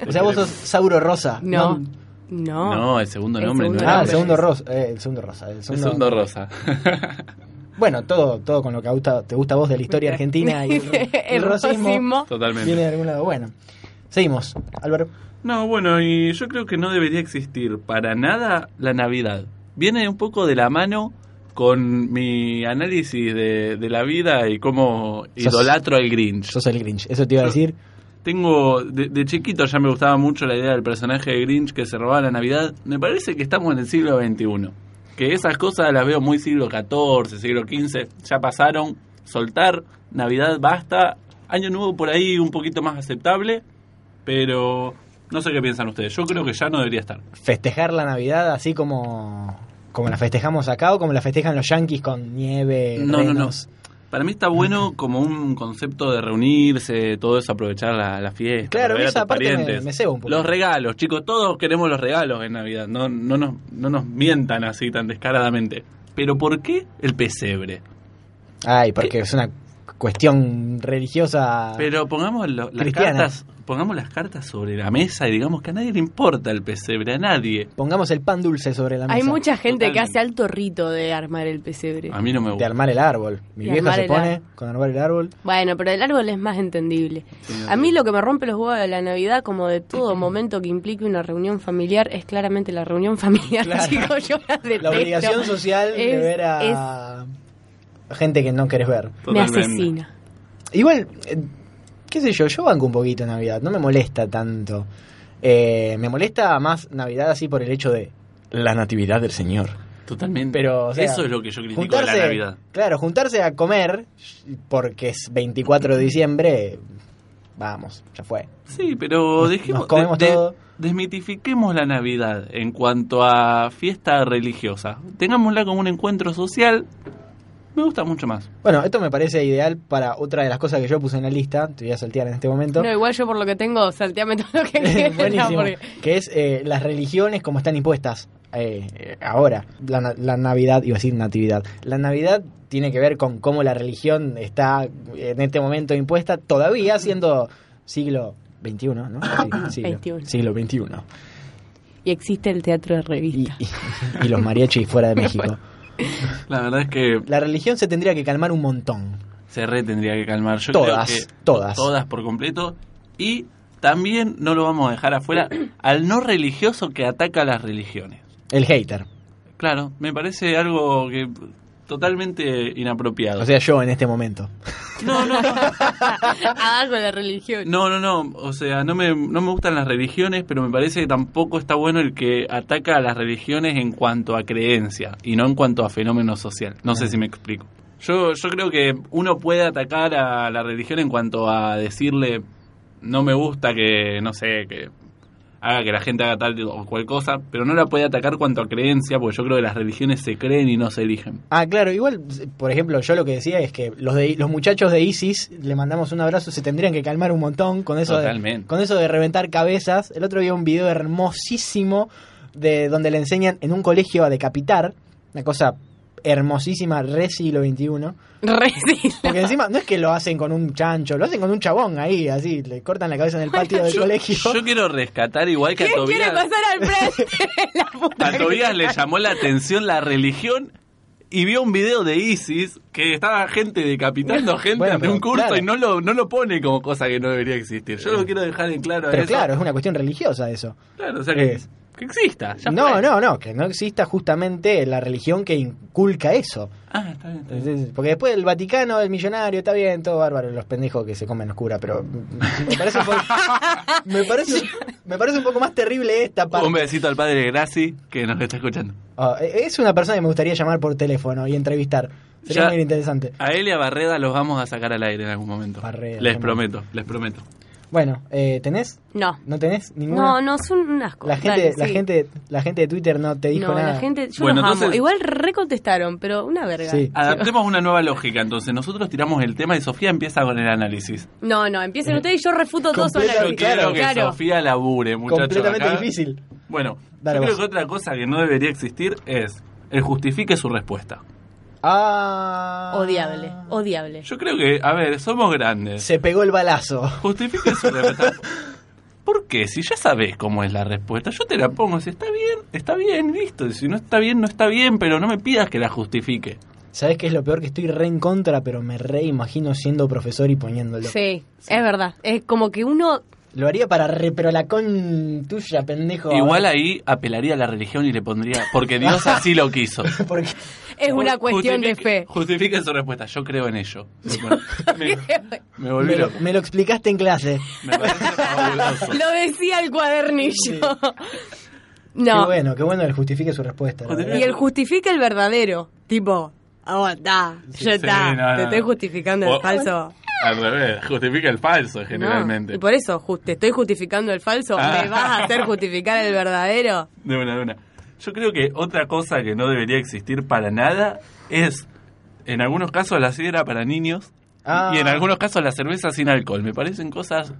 S1: O sea, vos sos Sauro Rosa.
S3: No,
S2: No,
S3: no.
S2: el segundo
S3: El
S2: nombre
S3: segundo
S2: no
S1: Ah,
S2: era
S1: el
S3: Hombre.
S1: segundo rosa. eh, el segundo rosa. El
S2: El
S1: segundo,
S2: segundo rosa.
S1: Bueno, todo, todo con lo que gusta- te gusta a vos de la historia argentina y el, el
S3: El
S1: rosismo.
S3: rosismo.
S2: Totalmente.
S1: Viene de algún lado. Bueno, seguimos. Álvaro.
S2: No, bueno, y yo creo que no debería existir para nada la Navidad. Viene un poco de la mano con mi análisis de, de la vida y cómo
S1: Sos-
S2: idolatro al Grinch.
S1: Yo soy el Grinch. Eso te iba a decir.
S2: Tengo, de, de chiquito ya me gustaba mucho la idea del personaje de Grinch que se robaba la Navidad. Me parece que estamos en el siglo XXI. Que esas cosas las veo muy siglo XIV, siglo XV, ya pasaron. Soltar, Navidad basta. Año nuevo por ahí un poquito más aceptable, pero no sé qué piensan ustedes. Yo creo que ya no debería estar.
S1: Festejar la Navidad así como, como la festejamos acá o como la festejan los yanquis con nieve.
S2: No, no, no.
S1: renos.
S2: Para mí está bueno como un concepto de reunirse, todo eso, aprovechar la, la fiesta.
S1: Claro,
S2: ver a
S1: esa
S2: tus
S1: parte me-
S2: parientes.
S1: me ceba un poco.
S2: Los regalos, chicos, todos queremos los regalos en Navidad. No, no, nos, no nos mientan así tan descaradamente. Pero ¿por qué el pesebre?
S1: Ay, porque es una cuestión religiosa.
S2: Pero pongamos lo- las
S1: Ah. Cristiana.
S2: cartas, pongamos las cartas sobre la mesa y digamos que a nadie le importa el pesebre, a nadie.
S1: Pongamos el pan dulce sobre la mesa.
S3: Hay mucha gente que
S2: Totalmente.
S3: hace alto rito de armar el pesebre.
S2: A mí no me
S1: De
S2: gusta.
S1: armar el árbol. Mi
S3: De
S1: vieja
S3: armar
S1: se
S3: el
S1: pone
S3: árbol.
S1: con armar el árbol.
S3: Bueno, pero el árbol es más entendible.
S2: Sí, no
S3: A
S2: sé.
S3: mí lo que me rompe los huevos de la Navidad, como de todo momento que implique una reunión familiar, es claramente la reunión familiar,
S1: Claro.
S3: chicos. Yo la detesto.
S1: La obligación social de
S3: Es-
S1: ver a gente que no querés ver.
S3: Me
S2: Totalmente.
S3: asesina.
S1: Igual, eh, qué sé yo, yo banco un poquito Navidad, no me molesta tanto. Eh, me molesta más Navidad así por el hecho de la natividad del Señor.
S2: Totalmente.
S1: Pero, o sea,
S2: Eso es lo que yo critico de la Navidad.
S1: Claro, juntarse a comer, porque es 24 de diciembre, vamos, ya fue.
S2: Sí, pero
S1: Nos-
S2: dejemos,
S1: nos comemos
S2: de- de-
S1: todo.
S2: desmitifiquemos la Navidad en cuanto a fiesta religiosa. Tengámosla como un encuentro social. Me gusta mucho más.
S1: Bueno, esto me parece ideal para otra de las cosas que yo puse en la lista, te voy a saltear en este momento.
S3: No, igual yo por lo que tengo, salteame todo lo que quieras.
S1: Buenísimo.
S3: porque-
S1: Que es eh, las religiones como están impuestas eh, eh, ahora. La, na- la Navidad, iba a decir natividad. La Navidad tiene que ver con cómo la religión está en este momento impuesta, todavía siendo siglo XXI, ¿no? Sí, siglo,
S3: 21.
S1: siglo XXI.
S3: Y existe el teatro de
S1: Y,
S3: revista.
S1: y- y los mariachis fuera de México.
S2: La verdad es que
S1: La religión se tendría que calmar un montón.
S2: se re tendría que calmar. Yo
S1: Todas,
S2: creo que
S1: todas.
S2: Todas por completo. Y también no lo vamos a dejar afuera al no religioso que ataca a las religiones.
S1: El hater.
S2: Claro, me parece algo que totalmente inapropiado.
S1: O sea, yo en este momento.
S2: no, no, no.
S3: Abajo Ah, la religión.
S2: No, no, no. O sea, no me, no me gustan las religiones, pero me parece que tampoco está bueno el que ataca a las religiones en cuanto a creencia y no en cuanto a fenómeno social. No sé si me explico. Yo, yo creo que uno puede atacar a la religión en cuanto a decirle, no me gusta que, no sé, que haga que la gente haga tal o cual cosa, pero no la puede atacar cuanto a creencia, porque yo creo que las religiones se creen y no se eligen.
S1: Ah, claro, igual, por ejemplo, yo lo que decía es que los de, los muchachos de ISIS, le mandamos un abrazo, se tendrían que calmar un montón con eso, de,
S2: Totalmente.
S1: con eso de reventar cabezas. El otro día un video hermosísimo de donde le enseñan en un colegio a decapitar, una cosa hermosísima, re siglo XXI.
S3: Re- sí.
S1: Porque encima no es que lo hacen con un chancho, lo hacen con un chabón ahí, así, le cortan la cabeza en el patio del
S2: Yo,
S1: colegio.
S2: yo quiero rescatar igual que a
S3: ¿Quién quiere
S2: Tobías.
S3: pasar al frente? La puta
S2: A
S3: que-
S2: Tobías le llamó la atención la religión y vio un video de ISIS que estaba gente decapitando gente
S1: Bueno,
S2: ante un
S1: pero,
S2: culto
S1: claro. Eh,
S2: y no lo, no lo pone como cosa que no debería existir. Yo lo quiero dejar en claro. a
S1: Pero
S2: eso.
S1: claro, es una cuestión religiosa eso.
S2: Claro, o sea que
S1: Es.
S2: Que exista. ya
S1: No,
S2: fue.
S1: no, no, que no exista justamente la religión que inculca eso.
S2: Ah, está bien, está bien.
S1: Entonces, Porque después el Vaticano, el millonario, está bien, todo bárbaro, los pendejos que se comen oscura, pero me parece un poco, me parece, me parece un poco más terrible esta parte.
S2: Un besito al padre Graci que nos está escuchando.
S1: Ah, es una persona que me gustaría llamar por teléfono y entrevistar. Sería
S2: Ya.
S1: muy interesante.
S2: A él y a Barreda los vamos a sacar al aire en algún momento.
S1: Barreda,
S2: les
S1: ¿cómo?
S2: prometo, les prometo.
S1: Bueno, eh, ¿tenés?
S3: No.
S1: ¿No tenés ninguna?
S3: No, no, son un asco.
S1: La gente,
S3: Dale,
S1: la
S3: sí.
S1: gente, la gente de Twitter no te dijo
S3: no,
S1: nada.
S3: la gente. Yo
S2: Bueno,
S3: los amo.
S2: entonces-
S3: Igual recontestaron, pero una verga.
S1: Sí.
S2: Adaptemos una nueva lógica, entonces nosotros tiramos el tema y Sofía empieza con el análisis.
S3: No, no, empiecen ustedes y yo refuto todo su
S1: Completa-
S2: Yo
S1: Claro,
S2: quiero
S3: análisis.
S1: claro,
S2: que Sofía labure, muchachos.
S1: Completamente
S2: acá.
S1: difícil.
S2: Bueno,
S1: Dale,
S2: yo creo
S1: vos.
S2: que otra cosa que no debería existir es el justifique su respuesta.
S1: Ah.
S3: Odiable, odiable.
S2: Yo creo que, a ver, somos grandes.
S1: Se pegó el balazo.
S2: Justifique su respuesta. ¿Por qué? Si ya sabes cómo es la respuesta, yo te la pongo. Si está bien, está bien, listo. Y Si no está bien, no está bien, pero no me pidas que la justifique.
S1: ¿Sabes qué es lo peor? Que estoy re en contra, pero me re imagino siendo profesor y poniéndolo.
S3: Sí, es verdad. Es como que uno.
S1: Lo haría para re, pero la con tuya, pendejo.
S2: Igual ahí apelaría a la religión y le pondría, porque Dios así lo quiso.
S1: Porque
S3: Es una cuestión de
S2: Justifique-
S3: fe.
S2: Justifique su respuesta, yo creo en ello. Me, me volví
S1: me lo,
S2: loco.
S1: me lo explicaste en clase.
S2: Me parece fabuloso.
S3: Lo decía el cuadernillo.
S1: Qué
S3: No.
S1: bueno, qué bueno que justifique su respuesta. la
S2: Justifique-
S1: verdad.
S3: Y el justifica el verdadero. Tipo, ah, oh, está, yo
S2: sí,
S3: está.
S2: no,
S3: te
S2: no.
S3: estoy justificando el
S2: O-
S3: falso.
S2: Al revés, justifica el falso
S3: No,
S2: generalmente.
S3: Y por eso, ju- te estoy justificando el falso.
S2: Ah.
S3: ¿Me vas a hacer justificar el verdadero?
S2: De una, de una. Yo creo que otra cosa que no debería existir para nada es, en algunos casos, la sidra para niños
S1: Ah.
S2: y en algunos casos la cerveza sin alcohol. Me parecen cosas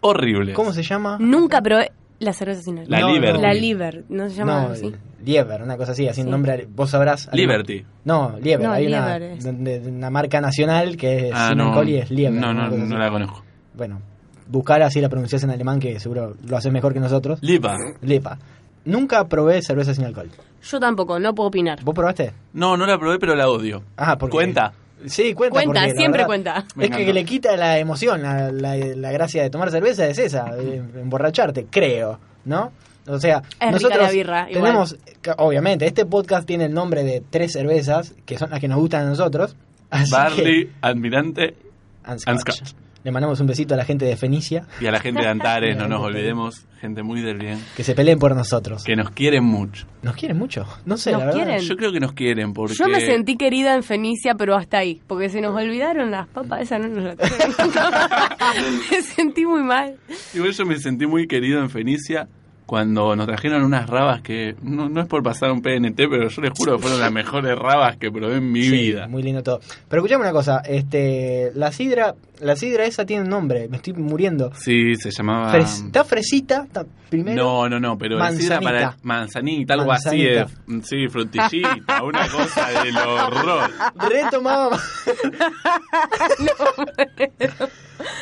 S2: horribles.
S1: ¿Cómo se llama?
S3: Nunca probé la cerveza sin alcohol.
S2: La
S1: No,
S2: Liberty.
S1: no.
S3: La liver, ¿no se llama
S1: no,
S3: así?
S1: Lieber, una cosa así, así un
S3: Sí.
S1: nombre. Vos sabrás.
S2: Liberty.
S1: No, Lieber,
S3: No,
S1: hay una,
S3: Lieber es.
S1: de- de una marca nacional que es
S2: Ah,
S1: sin
S2: no.
S1: alcohol y es Lieber.
S2: No, no,
S1: una cosa
S2: no
S1: así.
S2: la conozco.
S1: Bueno, buscar así la pronunciás en alemán, que seguro lo haces mejor que nosotros.
S2: Lipa.
S1: Lepa. Nunca probé cerveza sin alcohol.
S3: Yo tampoco, no puedo opinar.
S1: ¿Vos probaste?
S2: No, no la probé, pero la odio.
S1: Ah, porque...
S2: ¿Cuenta?
S1: Sí, cuenta.
S3: Cuenta,
S1: porque la
S3: siempre
S1: verdad
S3: cuenta.
S2: Me
S1: Es que
S2: encantó.
S1: le quita la emoción, la, la- la gracia de tomar cerveza es esa, de emborracharte, creo, ¿no? O sea,
S3: rica
S1: nosotros
S3: la birra, igual.
S1: tenemos, que- obviamente, este podcast tiene el nombre de tres cervezas, que son las que nos gustan a nosotros. así
S2: Barley,
S1: que-
S2: Almirante
S1: and
S2: and
S1: Scotch.
S2: Scotch.
S1: Le mandamos un besito a la gente de Fenicia,
S2: y a la gente de Antares, no nos olvidemos, gente muy del bien,
S1: que se peleen por nosotros.
S2: que nos quieren mucho.
S1: Nos quieren mucho, no sé,
S3: Nos
S1: la verdad.
S3: quieren.
S2: Yo creo que nos quieren porque...
S3: Yo me sentí querida en Fenicia, pero hasta ahí, porque se nos olvidaron las papas, esa no nos la trajeron. Me sentí muy mal.
S2: Igual yo me sentí muy querido en Fenicia cuando nos trajeron unas rabas que no, no es por pasar un PNT, pero yo les juro que fueron las mejores rabas que probé en mi
S1: Sí,
S2: vida.
S1: Muy lindo todo. Pero escuchame una cosa, este, la sidra, la sidra esa tiene un nombre, me estoy muriendo.
S2: Sí, se llamaba...
S1: Fres- Está fresita, está primero.
S2: No, no, no, pero manzanita.
S1: Manzanita.
S2: para manzanita, algo así
S1: Manzanita.
S2: de, mm, sí, frutillita, una cosa del horror.
S1: Retomaba.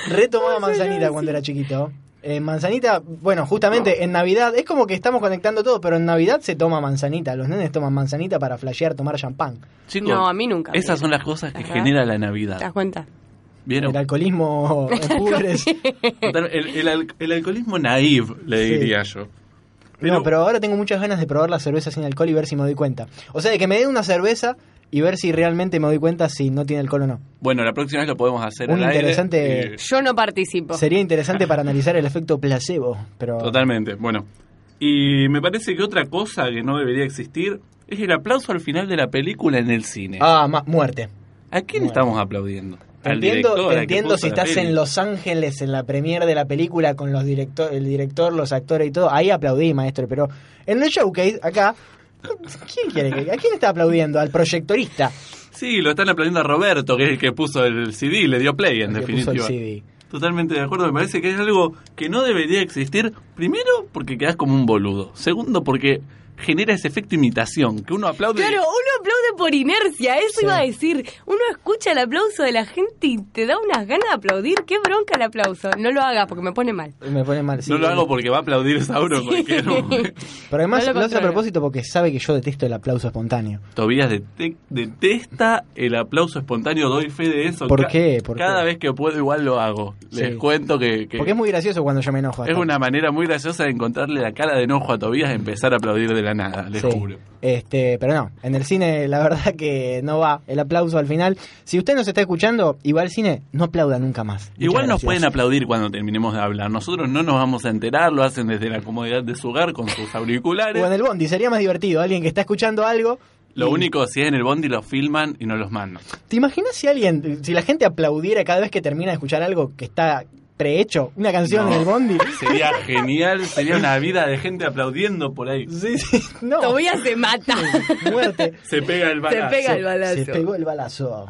S1: Retomaba manzanita cuando era chiquito. Eh, manzanita, bueno, justamente en Navidad, es como que estamos conectando todo, pero en Navidad se toma manzanita. Los nenes toman manzanita para flashear, tomar champán.
S2: Chicos,
S3: No, a mí nunca.
S2: esas son las cosas que
S3: Ajá.
S2: genera la
S3: ¿Te das
S2: Navidad.
S3: cuenta?
S2: ¿Vieron?
S1: El alcoholismo empobrece.
S2: Total, El, el al- el alcoholismo naive, le
S1: Sí.
S2: diría yo.
S1: No, pero ahora tengo muchas ganas de probar la cerveza sin alcohol y ver si me doy cuenta. O sea, de que me dé una cerveza y ver si realmente me doy cuenta si no tiene alcohol o no.
S2: Bueno, la próxima vez lo podemos hacer.
S1: Un
S2: al aire
S1: interesante-
S2: y-
S3: Yo no participo.
S1: Sería interesante para analizar el efecto placebo, pero...
S2: Totalmente, bueno. Y me parece que otra cosa que no debería existir es el aplauso al final de la película en el cine.
S1: Ah, ma- muerte.
S2: ¿A quién
S1: bueno.
S2: estamos aplaudiendo?
S1: Te
S2: Al
S1: entiendo,
S2: director,
S1: te
S2: al que
S1: entiendo
S2: puso
S1: si
S2: la
S1: estás
S2: peli.
S1: en Los Ángeles en la premiere de la película con los director, el director, los actores y todo, ahí aplaudí, maestro, pero en el showcase acá ¿quién quiere que- a quién está aplaudiendo? Al proyectorista
S2: Sí, lo están aplaudiendo a Roberto, que es el que puso el CD, le dio play en
S1: el que puso el
S2: definitiva.
S1: CD.
S2: Totalmente de acuerdo, me parece que es algo que no debería existir. Primero, porque quedas como un boludo. Segundo, porque genera ese efecto imitación, que uno aplaude.
S3: Claro, uno aplaude por inercia, eso
S1: Sí.
S3: iba a decir. Uno escucha el aplauso de la gente y te da unas ganas de aplaudir. Qué bronca el aplauso. No lo hagas porque me pone mal.
S1: Me pone mal. sí.
S2: no lo hago porque va a aplaudir Sauro en cualquier momento.
S1: Pero además
S3: No lo
S1: lo, hace a
S3: controlo.
S1: propósito porque sabe que yo detesto el aplauso espontáneo.
S2: Tobías dete- detesta el aplauso espontáneo, doy fe de eso.
S1: ¿Por
S2: Ca-
S1: qué? ¿Por
S2: cada
S1: qué?
S2: vez que puedo igual lo hago. Les
S1: Sí.
S2: cuento que, que
S1: Porque es muy gracioso cuando yo me enojo.
S2: es
S1: hasta.
S2: una manera muy graciosa de encontrarle la cara de enojo a Tobías y empezar a aplaudir de la nada, les
S1: Sí.
S2: juro.
S1: Este, pero no, en el cine la verdad que no va el aplauso al final. Si usted nos está escuchando y va al cine, no aplauda nunca más. Muchas
S2: Igual nos
S1: gracias.
S2: pueden aplaudir cuando terminemos de hablar. Nosotros no nos vamos a enterar, lo hacen desde la comodidad de su hogar con sus auriculares.
S1: O en el bondi, sería más divertido. Alguien que está escuchando algo.
S2: Lo
S1: y-
S2: único, si es en el bondi, lo filman y no los mandan.
S1: ¿Te imaginas si alguien, si la gente aplaudiera cada vez que termina de escuchar algo que está prehecho? Una canción
S2: No.
S1: en el bondi.
S2: Sería genial, sería una vida de gente aplaudiendo por ahí.
S1: Sí, sí, no.
S3: Tobías se mata.
S1: Muerte.
S2: Se pega el
S3: se
S2: balazo.
S3: pega el
S1: Se
S3: balazo.
S1: pegó el balazo.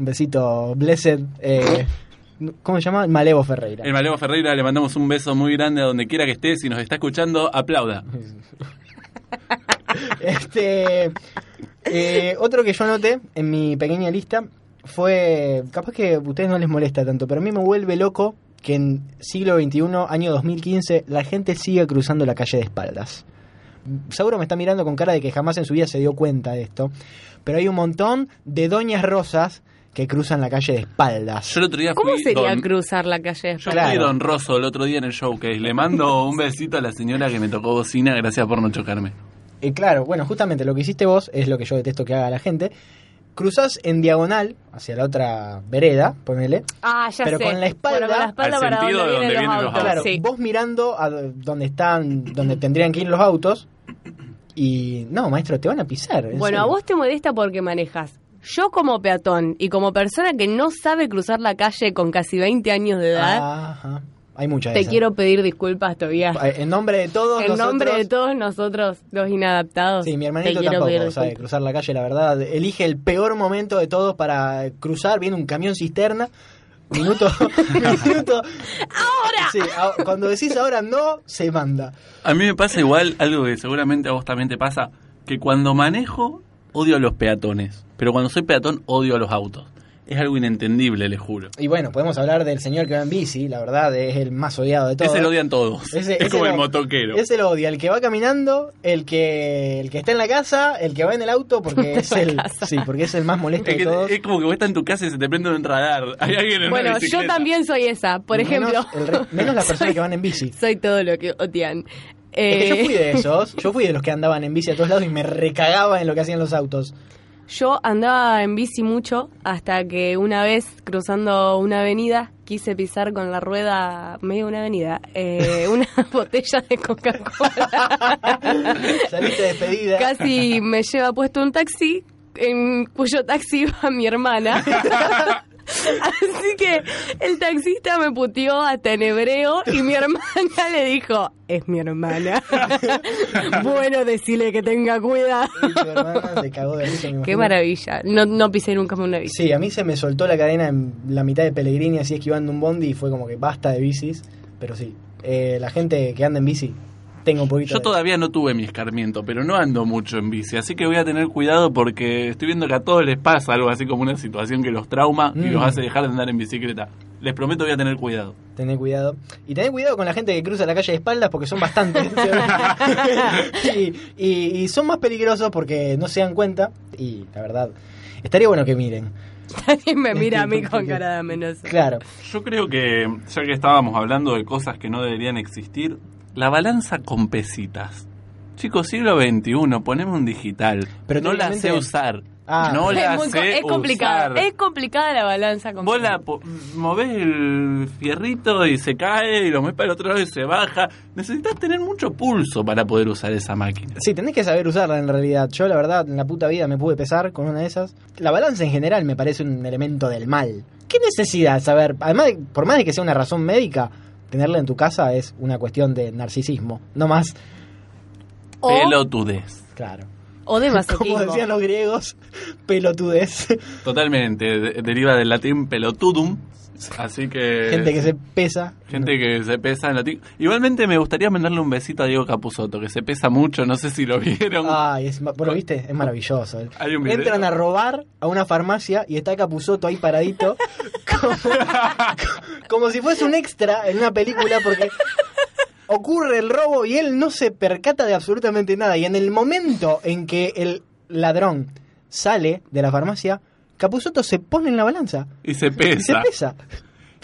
S1: Un besito, Blessed. eh, ¿Cómo se llama? Malevo Ferreira.
S2: El Malevo Ferreira le mandamos un beso muy grande a donde quiera que esté. Si nos está escuchando, aplauda.
S1: Este, eh, otro que yo anoté en mi pequeña lista fue, capaz que a ustedes no les molesta tanto, pero a mí me vuelve loco que en siglo XXI, año 2015, la gente siga cruzando la calle de espaldas. Sauro me está mirando con cara de que jamás en su vida se dio cuenta de esto, pero hay un montón de doñas rosas que cruzan la calle de espaldas.
S2: Yo el otro día fui
S3: ¿Cómo sería
S2: don-
S3: cruzar la calle?
S2: Yo
S1: Claro.
S2: fui Don Rosso el otro día en el showcase. Le mando un besito a la señora que me tocó bocina. Gracias por no chocarme.
S1: Eh, claro, bueno, justamente lo que hiciste vos es lo que yo detesto que haga la gente. Cruzás en diagonal hacia la otra vereda, ponele,
S3: Ah, ya
S1: Pero
S3: sé.
S1: con la espalda-
S3: Bueno, con la espalda
S2: Al
S3: para
S2: sentido
S3: donde
S2: de
S3: vienen,
S2: donde vienen
S3: los
S2: los
S3: autos.
S1: Claro,
S3: sí.
S1: vos mirando a donde están, donde tendrían que ir los autos y no, maestro, te van a pisar. en
S3: Bueno, a
S1: serio.
S3: vos te molesta porque manejas. Yo como peatón y como persona que no sabe cruzar la calle con casi 20 años de edad,
S1: Ah, Ajá. Hay muchas. de
S3: ¿eh? te
S1: esas.
S3: quiero pedir disculpas, Tobias.
S1: Eh, En nombre de todos
S3: En
S1: nosotros-
S3: nombre de todos nosotros, los inadaptados.
S1: Sí, mi
S3: te
S1: hermanito
S3: quiero pedir
S1: tampoco
S3: disculpas.
S1: sabe cruzar la calle, la verdad. Elige el peor momento de todos para cruzar. Viene un camión cisterna. Minuto. minuto. ¡Ahora! Sí, a- cuando decís ahora no, se manda.
S2: A mí me pasa igual algo que seguramente a vos también te pasa, que cuando manejo odio a los peatones, pero cuando soy peatón odio a los autos. Es algo inentendible, les juro.
S1: Y bueno, podemos hablar del señor que va en bici, la verdad, es el más odiado de todos.
S2: Ese lo odian todos.
S1: Ese-
S2: es
S1: ese
S2: como
S1: lo-
S2: el motoquero.
S1: Ese lo odia, el que va caminando, el que el que está en la casa, el que va en el auto, porque es el sí, porque es el más molesto
S2: Es,
S1: de
S2: que-
S1: todos.
S2: es como que vos estás en tu casa y se te prende un radar. Hay alguien en
S3: Bueno,
S2: una
S3: yo
S2: bicicleta.
S3: también soy esa, por
S1: Menos
S3: ejemplo.
S1: el re- menos las personas
S3: Soy-
S1: que van en bici.
S3: Soy todo lo que odian.
S1: Es que
S3: Eh,
S1: yo fui de esos, yo fui de los que andaban en bici a todos lados y me recagaba en lo que hacían los autos.
S3: Yo andaba en bici mucho hasta que una vez cruzando una avenida quise pisar con la rueda, medio una avenida, eh, una botella de Coca-Cola.
S1: Saliste despedida.
S3: Casi me lleva puesto un taxi, en cuyo taxi iba mi hermana. Así que el taxista me puteó hasta en hebreo y mi hermana le dijo, es mi hermana. bueno, decirle que tenga cuidado.
S1: Y tu hermana se cagó de risa, me
S3: Qué
S1: imagino.
S3: maravilla. No, no pisé nunca más una bici.
S1: Sí, a mí se me soltó la cadena en la mitad de Pellegrini así esquivando un bondi y fue como que basta de bicis, pero sí, eh, la gente que anda en bici tengo un poquito
S2: Yo
S1: de-
S2: todavía no tuve mi escarmiento, pero no ando mucho en bici, así que voy a tener cuidado porque estoy viendo que a todos les pasa algo así como una situación que los trauma y
S1: Mm.
S2: los hace dejar de andar en bicicleta. Les prometo voy a tener cuidado.
S1: Tener cuidado. Y tener cuidado con la gente que cruza la calle de espaldas porque son bastantes. y, y- y son más peligrosos porque no se dan cuenta. Y la verdad, estaría bueno que miren.
S3: Nadie me mira a mí con cara de amenaza.
S1: Claro.
S2: Yo creo que, ya que estábamos hablando de cosas que no deberían existir, la balanza con pesitas. Chicos, siglo XXI, poneme un digital.
S1: Pero
S2: no la
S1: técnicamente-
S2: sé usar.
S1: Ah,
S2: no la
S3: es, muy co-
S2: sé
S3: es complicado.
S2: usar.
S3: Es complicada la balanza. con-
S2: Vos la po- movés el fierrito y se cae y lo movés para el otro lado y se baja. Necesitas tener mucho pulso para poder usar esa máquina.
S1: Sí, tenés que saber usarla en realidad. Yo, la verdad, en la puta vida me pude pesar con una de esas. La balanza en general me parece un elemento del mal. ¿Qué necesidad saber? Además, de- por más de que sea una razón médica, tenerla en tu casa es una cuestión de narcisismo. No más.
S3: O,
S2: Pelotudez.
S1: Claro.
S3: o de
S1: Como
S3: masoquismo.
S1: decían los griegos, pelotudez.
S2: Totalmente. de- deriva del latín pelotudum, Así que.
S1: Gente que se pesa.
S2: Eh, Gente que se pesa en la tic- Igualmente me gustaría mandarle un besito a Diego Capusotto, que se pesa mucho, no sé si lo vieron.
S1: Ay, es, ma- bueno, viste, es maravilloso.
S2: Hay un video.
S1: Entran a robar a una farmacia y está Capuzoto ahí paradito, como, como si fuese un extra en una película, porque ocurre el robo y él no se percata de absolutamente nada. Y en el momento en que el ladrón sale de la farmacia, Capuzoto se pone en la balanza
S2: Y se
S1: y se
S2: pesa.
S1: pesa.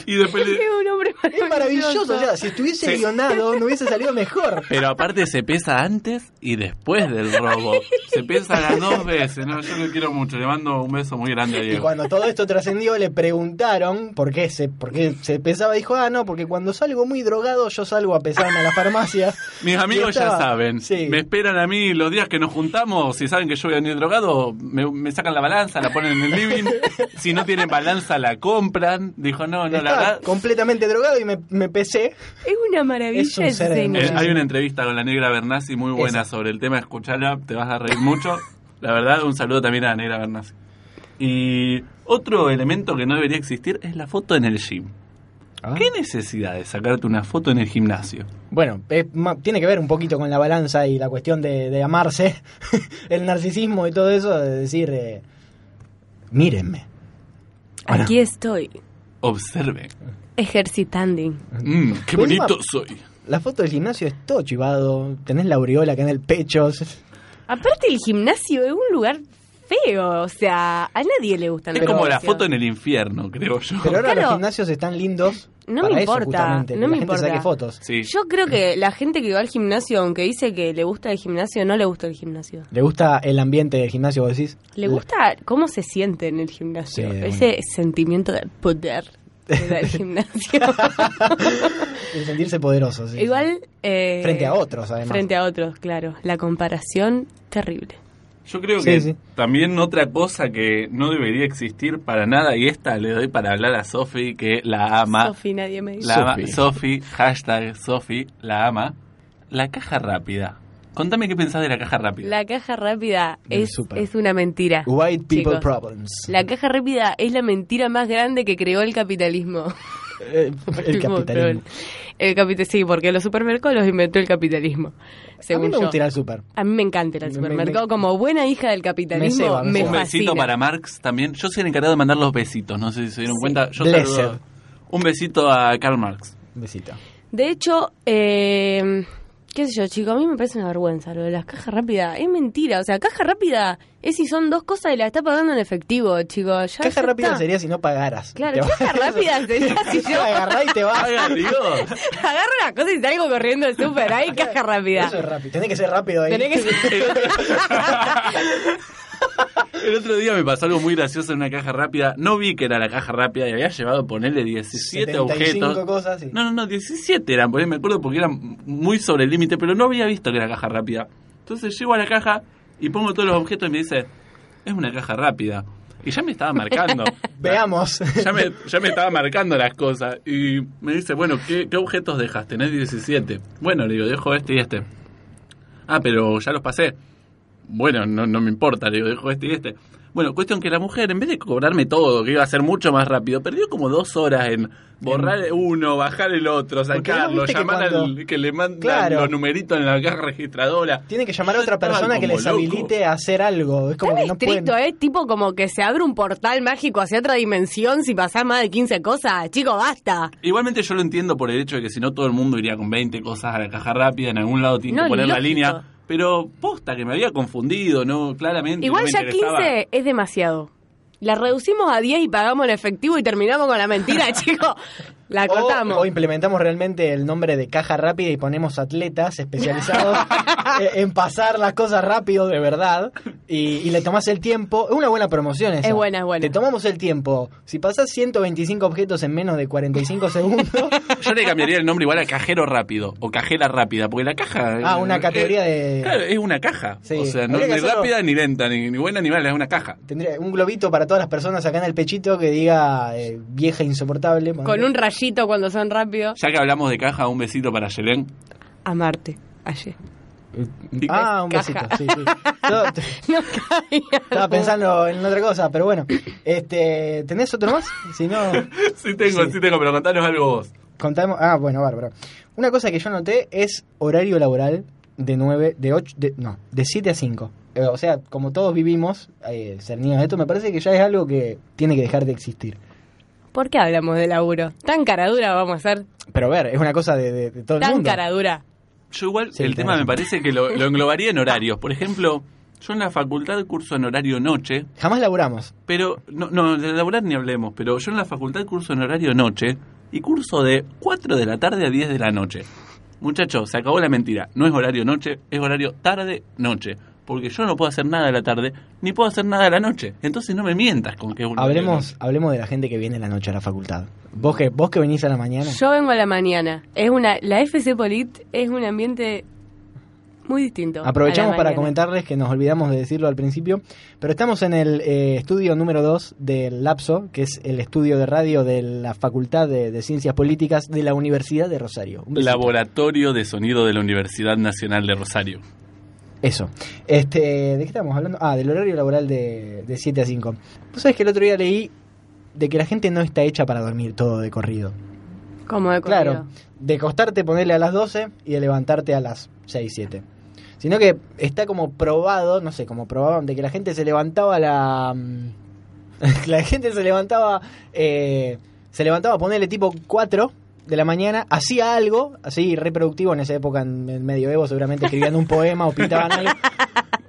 S2: Y después le-
S3: Es un hombre
S1: Es maravilloso. O sea, si estuviese
S2: Sí.
S1: guionado, no hubiese salido mejor.
S2: Pero aparte se pesa antes y después del robo. Se pesa las dos veces. No, yo lo quiero mucho. Le mando un beso muy grande a
S1: Y
S2: Diego.
S1: cuando todo esto trascendió, le preguntaron por qué se, por qué se pesaba. Dijo, ah, no, porque cuando salgo muy drogado, yo salgo a pesarme a la farmacia.
S2: Mis amigos
S1: Y estaba-
S2: ya saben.
S1: Sí.
S2: Me esperan a mí los días que nos juntamos. Si saben que yo voy a venir drogado, me, me sacan la balanza, la ponen en el living. Si no tienen balanza, la compran. Dijo, no, no, la
S1: Estaba
S2: verdad.
S1: completamente drogado y me, me pesé.
S3: Es una maravilla
S1: Es un
S3: ese
S1: ser
S3: señor.
S2: Eh,
S1: hermoso.
S2: hay una entrevista con la Negra Bernasi muy buena
S1: Esa.
S2: sobre el tema, escuchala, te vas a reír mucho. La verdad, un saludo también a la Negra Bernasi. Y otro elemento que no debería existir es la foto en el gym. ¿Qué
S1: Ah.
S2: necesidad de sacarte una foto en el gimnasio?
S1: Bueno, es ma- tiene que ver un poquito con la balanza y la cuestión de, de amarse, el narcisismo y todo eso, de decir, eh, mírenme. Ah, no.
S3: Aquí estoy,
S2: Observe.
S3: ejercitando.
S2: Mm, qué
S1: Pues encima-
S2: bonito soy.
S1: La foto del gimnasio es todo chivado, tenés la aureola acá en el pecho.
S3: Aparte, el gimnasio es un lugar feo. O sea, a nadie le gusta
S2: Es como la foto en el infierno, creo yo.
S1: Pero ahora los
S3: Claro.
S1: gimnasios están lindos.
S3: No me
S1: para eso,
S3: importa,
S1: justamente, que
S3: no
S1: la
S3: me
S1: gente
S3: importa.
S1: saque fotos.
S2: Sí.
S3: Yo creo que la gente que va al gimnasio, aunque dice que le gusta el gimnasio, no le gusta el gimnasio.
S1: ¿Le gusta el ambiente del gimnasio, vos decís?
S3: Le gusta cómo se siente en el gimnasio.
S1: Sí, de
S3: Ese sentimiento de poder que da el gimnasio.
S1: El sentirse poderoso, sí.
S3: Igual. eh,
S1: Frente a otros, además.
S3: Frente a otros, claro. La comparación, terrible.
S2: Yo creo
S1: Sí,
S2: que
S1: sí.
S2: también otra cosa que no debería existir para nada, y esta le doy para hablar a Sofi, que la ama.
S3: Sofi, nadie me dice.
S2: La ama-
S1: Sofi.
S2: Sofi, hashtag Sofi, la ama. La caja rápida. Contame qué pensás de la caja rápida.
S3: La caja rápida
S1: Del
S3: es,
S1: súper.
S3: es una mentira.
S1: White people
S3: chicos.
S1: problems.
S3: La caja rápida es la mentira más grande que creó el capitalismo.
S1: Eh, el capitalismo.
S3: El capital, sí, porque los supermercados los inventó el capitalismo.
S1: A mí
S3: Según
S1: me
S3: yo.
S1: gusta ir al súper.
S3: A mí me encanta ir al
S1: Me-
S3: supermercado.
S1: me-
S3: Como buena hija del capitalismo,
S1: me ceba, me
S3: me,
S1: ceba.
S2: Un besito
S3: fascina.
S2: para Marx también. Yo soy el encargado de mandar los besitos, no sé si se dieron
S3: Sí.
S2: cuenta. Yo
S1: Blessed.
S2: saludo- Un besito a Karl Marx.
S1: Un Besito.
S3: De hecho, eh, qué sé yo, chico, a mí me parece una vergüenza lo de las cajas rápidas. Es mentira. O sea, caja rápida es si son dos cosas y la está pagando en efectivo, chico. Ya
S1: Caja
S3: ya
S1: rápida
S3: está.
S1: sería si no pagaras.
S3: Claro,
S1: Te vas-
S3: caja rápida sería si yo
S1: Agarrá y te vas.
S2: ¡Ay, Dios!
S3: agarro una cosa y salgo corriendo del súper. Ahí, caja rápida.
S1: Eso es rápido. Tenés que ser rápido ahí.
S3: Tenés que ser-
S2: El otro día me pasó algo muy gracioso en una caja rápida. No vi que era la caja rápida y había llevado ponerle 17
S1: 75
S2: objetos.
S1: cosas. sí.
S2: No, no, no, 17 eran, porque me acuerdo porque eran muy sobre el límite, pero no había visto que era caja rápida. Entonces llego a la caja y pongo todos los objetos y me dice, es una caja rápida. Y ya me estaba marcando.
S1: Veamos.
S2: Ya me, ya me estaba marcando las cosas. Y me dice, bueno, ¿qué, qué objetos dejas? Tenés 17. Bueno, le digo, dejo este y este. Ah, pero ya los pasé. Bueno, no, no me importa, le digo, dejo este y este. Bueno, cuestión que la mujer, en vez de cobrarme todo, que iba a ser mucho más rápido, perdió como dos horas en borrar uno, bajar el otro,
S1: Porque vos
S2: sacarlo,
S1: viste que
S2: llamar
S1: cuando-
S2: al que le mandan
S1: Claro.
S2: los numeritos en la caja registradora.
S1: Tiene que llamar a
S2: Yo
S1: otra
S2: estaba
S1: persona que
S2: como
S1: les
S2: loco.
S1: habilite a hacer algo. Es como que
S3: Tan
S1: no
S3: estricto,
S1: pueden.
S3: ¿eh? Tipo como que se abre un portal mágico hacia otra dimensión si pasás más de 15 cosas. Chico, basta.
S2: Igualmente yo lo entiendo por el hecho de que si no todo el mundo iría con 20 cosas a la caja rápida, en algún lado tiene
S3: No,
S2: que poner la
S3: lógico.
S2: línea. Pero posta, que me había confundido, ¿no? Claramente.
S3: Igual
S2: no me
S3: ya
S2: interesaba.
S3: 15 es demasiado. La reducimos a 10 y pagamos en efectivo y terminamos con la mentira, chico. La
S1: O-
S3: cortamos.
S1: O, implementamos realmente el nombre de caja rápida y ponemos atletas especializados eh, en pasar las cosas rápido de verdad y, y le tomás el tiempo. Es una buena promoción esa.
S3: Es buena, es buena.
S1: Te tomamos el tiempo. Si pasás 125 objetos en menos de 45 segundos,
S2: Yo le cambiaría el nombre igual a cajero rápido o cajera rápida, porque la caja.
S1: Ah, una
S2: eh,
S1: categoría de-
S2: Claro, es una caja.
S1: Sí.
S2: O sea, no
S1: Habría
S2: es
S1: que
S2: ni
S1: hacerlo-
S2: rápida ni lenta, ni, ni buena ni mala, es una caja.
S1: tendría un globito para todas las personas acá en el pechito que diga eh, vieja insoportable.
S3: Con un rayito cuando son rápidos.
S2: Ya que hablamos de caja, un besito para Yelén.
S3: Amarte. Ayer.
S2: Y-
S1: Ah, un
S3: Caja.
S1: besito. Sí, sí. Yo t-
S3: No caía.
S1: estaba pensando en otra cosa, pero bueno. Este, ¿Tenés otro más? Si no,
S2: Sí tengo,
S1: Sí.
S2: sí. tengo, pero contanos algo vos.
S1: contamos. Ah, bueno, bárbaro. Una cosa que yo noté es horario laboral de 9, de 8, de, no, de 7 a 5. Eh, O sea, como todos vivimos, eh, cernidos de esto, me parece que ya es algo que tiene que dejar de existir.
S3: ¿Por qué hablamos de laburo? Tan caradura vamos a ser.
S1: Pero a ver, es una cosa de, de- de todo el
S3: Tan
S1: mundo.
S3: caradura.
S2: Yo igual,
S1: Sí,
S2: el
S1: tenés
S2: tema me
S1: razón.
S2: parece que lo, lo englobaría en horarios. Por ejemplo, yo en la facultad curso en horario noche,
S1: Jamás laburamos.
S2: pero... No, no de laborar ni hablemos, pero yo en la facultad curso en horario noche y curso de 4 de la tarde a 10 de la noche. Muchachos, se acabó la mentira. No es horario noche, es horario tarde-noche. Porque yo no puedo hacer nada a la tarde, ni puedo hacer nada a la noche. Entonces no me mientas con que es un horario
S1: Hablemos, hablemos de la gente que viene a la noche a la facultad. Vos que, vos que venís a la mañana.
S3: Yo vengo a la mañana. Es una, la FC Polit es un ambiente muy distinto. a la
S1: Aprovechamos para
S3: mañana.
S1: comentarles que nos olvidamos de decirlo al principio, pero estamos en el eh, estudio número 2 del LAPSO, que es el estudio de radio de la Facultad de, de Ciencias Políticas de la Universidad de Rosario. Un besito.
S2: Laboratorio de Sonido de la Universidad Nacional de Rosario.
S1: Eso. Este, ¿De qué estábamos hablando? Ah, del horario laboral de, de 7 a 5. Vos sabés que el otro día leí de que la gente no está hecha para dormir todo de corrido.
S3: Como de corrido.
S1: Claro, de costarte ponerle a las 12 y de levantarte a las 6, 7. Sino que está como probado, no sé, como probaban de que la gente se levantaba a la... mm, la gente se levantaba, eh, se levantaba a ponerle tipo 4 de la mañana, hacía algo, así reproductivo en esa época, en el medioevo seguramente escribían un poema o pintaban algo,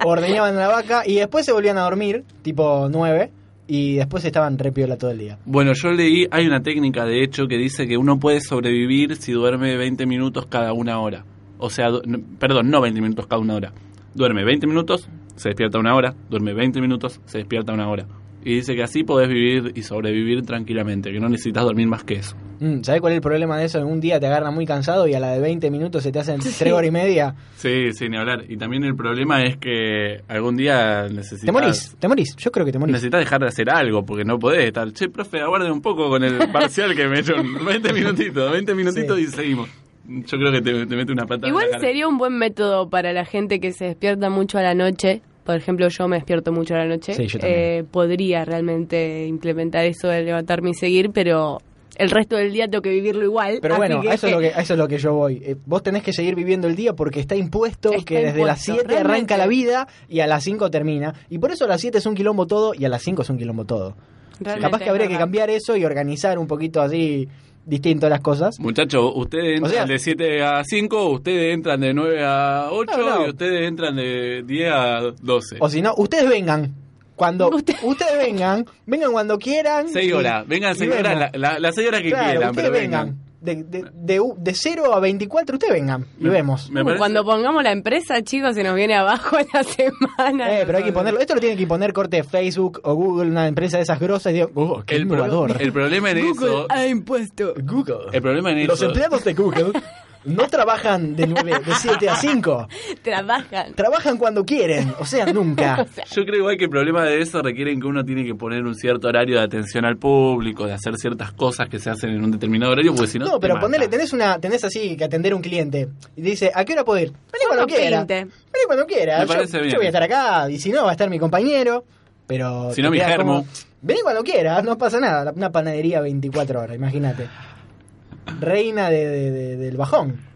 S1: ordeñaban la vaca y después se volvían a dormir, tipo 9, y después estaban re piola todo el día.
S2: Bueno, yo leí, hay una técnica de hecho que dice que uno puede sobrevivir si duerme 20 minutos cada una hora. O sea, du- no, perdón, no 20 minutos cada una hora. Duerme 20 minutos, se despierta una hora, duerme 20 minutos, se despierta una hora. Y dice que así podés vivir y sobrevivir tranquilamente, que no necesitas dormir más que eso.
S1: Mm, ¿Sabés cuál es el problema de eso? Un día te agarra muy cansado y a la de 20 minutos se te hacen
S3: Sí.
S1: 3 horas y media.
S2: Sí, sí, ni hablar. Y también el problema es que algún día necesitas...
S1: Te morís, te morís. Yo creo que te morís.
S2: Necesitas dejar de hacer algo, porque no podés estar. Che, profe, aguarde un poco con el parcial que me he hecho. 20 minutitos, 20 minutitos
S1: Sí.
S2: y seguimos. Yo creo que te, te mete una patada. en la
S3: Igual
S2: cara.
S3: sería un buen método para la gente que se despierta mucho a la noche. Por ejemplo, yo me despierto mucho a la noche.
S1: Sí, yo también.
S3: Eh, podría realmente implementar eso de levantarme y seguir, pero el resto del día tengo que vivirlo igual.
S1: Pero
S3: así
S1: bueno,
S3: que-
S1: a eso, es lo que, a eso es lo que yo voy. Eh, vos tenés que seguir viviendo el día porque está impuesto
S3: Está
S1: que desde las
S3: impuesto,
S1: 7 arranca
S3: realmente.
S1: la vida y a las 5 termina. Y por eso a las 7 es un quilombo todo y a las 5 es un quilombo todo.
S3: Realmente
S1: Capaz
S3: es
S1: que habría que
S3: verdad.
S1: cambiar eso y organizar un poquito así distinto las cosas.
S2: Muchachos, ustedes entran
S1: O sea-
S2: de 7 a 5, ustedes entran de 9 a 8
S1: No, no.
S2: y ustedes entran de 10 a 12.
S1: O si no, ustedes vengan. Cuando
S3: Usted-
S1: ustedes vengan, vengan cuando quieran.
S2: 6
S1: y-
S2: horas, vengan
S1: y
S2: 6 horas,
S1: vemos.
S2: la- la- las 6 horas que
S1: claro,
S2: quieran,
S1: ustedes
S2: pero
S1: vengan.
S2: vengan.
S1: De, de, de, u- de 0 a 24, ustedes vengan y vemos.
S2: Me
S3: Uy,
S2: parece-
S3: Uh, Cuando pongamos la empresa, chicos, se nos viene abajo la semana.
S1: Eh, pero hay que ponerlo. Esto lo tienen que poner corte de Facebook o Google, una empresa de esas grosas. Y digo, oh, qué
S2: El, pro-
S1: innovador.
S2: el problema en
S3: Google
S2: eso.
S3: ha impuesto.
S1: Google.
S2: El problema en
S1: Los
S2: eso.
S1: empleados de Google no trabajan de, nueve, de 7 a 5.
S3: Trabajan.
S1: Trabajan cuando quieren, o sea, nunca.
S2: Yo creo igual que el problema de eso requieren que uno tiene que poner un cierto horario de atención al público, de hacer ciertas cosas que se hacen en un determinado horario, porque si no.
S1: No,
S2: te
S1: pero
S2: mata.
S1: ponele, tenés, una, tenés así que atender a un cliente y te dice, ¿a qué hora puedo ir? Vení cuando
S3: Uno
S1: quiera.
S3: pinte.
S1: Vení cuando quiera.
S2: Me
S1: Yo,
S2: parece
S1: yo
S2: bien.
S1: voy a estar acá y si no, va a estar mi compañero. Pero.
S2: Si
S1: te
S2: no, mi
S1: quedás
S2: germo.
S1: como, Vení cuando quiera, no pasa nada. Una panadería 24 horas, imagínate. Reina de, de- de- del bajón.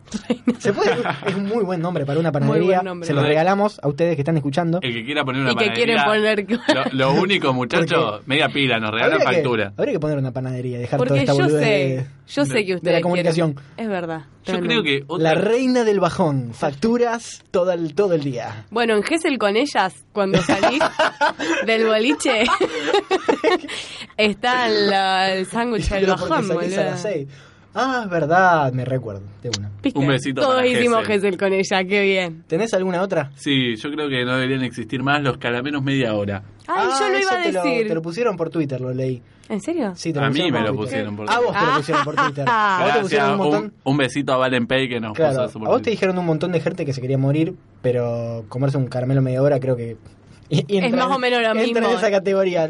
S1: Se puede, es un muy buen nombre para una
S3: buen
S1: panadería.
S3: nombre.
S1: Se lo regalamos a ustedes que están escuchando.
S2: El que quiera poner una
S3: Y que quieren
S2: panadería,
S3: poner-
S2: Lo, lo único, muchachos,
S1: Porque-
S2: media pila, nos regalan
S1: Habría que-
S2: factura.
S1: habría que poner una panadería y dejar toda
S3: Porque
S1: esta
S3: yo
S1: boludez
S3: sé, yo sé que ustedes. quieren.
S1: comunicación.
S3: Es verdad.
S2: Yo creo
S3: realmente.
S2: que
S1: de-
S2: otra-
S1: La reina del bajón. Facturas todo el, todo el día.
S3: Bueno, en Gessel con ellas, cuando salís del boliche, está la- el sándwich del
S1: Pero porque
S3: bajón,
S1: salís a las
S3: boludo.
S1: seis. Ah, es verdad, me recuerdo. De una.
S3: ¿Viste?
S2: Un besito
S3: Todos
S2: para
S3: hicimos
S2: Gessel.
S3: Gessel con ella, qué bien.
S1: ¿Tenés alguna otra?
S2: Sí, yo creo que no deberían existir más los caramelos media hora.
S1: Ah,
S3: Ay, yo lo
S1: eso
S3: iba a
S1: te
S3: decir.
S1: te lo pusieron por Twitter, lo leí.
S3: ¿En serio?
S1: Sí, te
S2: A mí
S1: pusieron
S2: me
S1: por
S2: lo
S1: Twitter.
S2: pusieron por
S1: A vos te lo
S3: Twitter.
S1: pusieron por Twitter. A vos te
S2: Gracias,
S1: pusieron un montón.
S2: un, un besito a Valen Pay que nos
S1: claro,
S2: puso
S1: a
S2: eso por
S1: vos te
S2: Twitter.
S1: dijeron un montón de gente que se quería morir, pero comerse un caramelo media hora creo que... y- y
S3: Es
S1: entra-
S3: más o menos lo
S1: entra
S3: mismo.
S1: en esa categoría.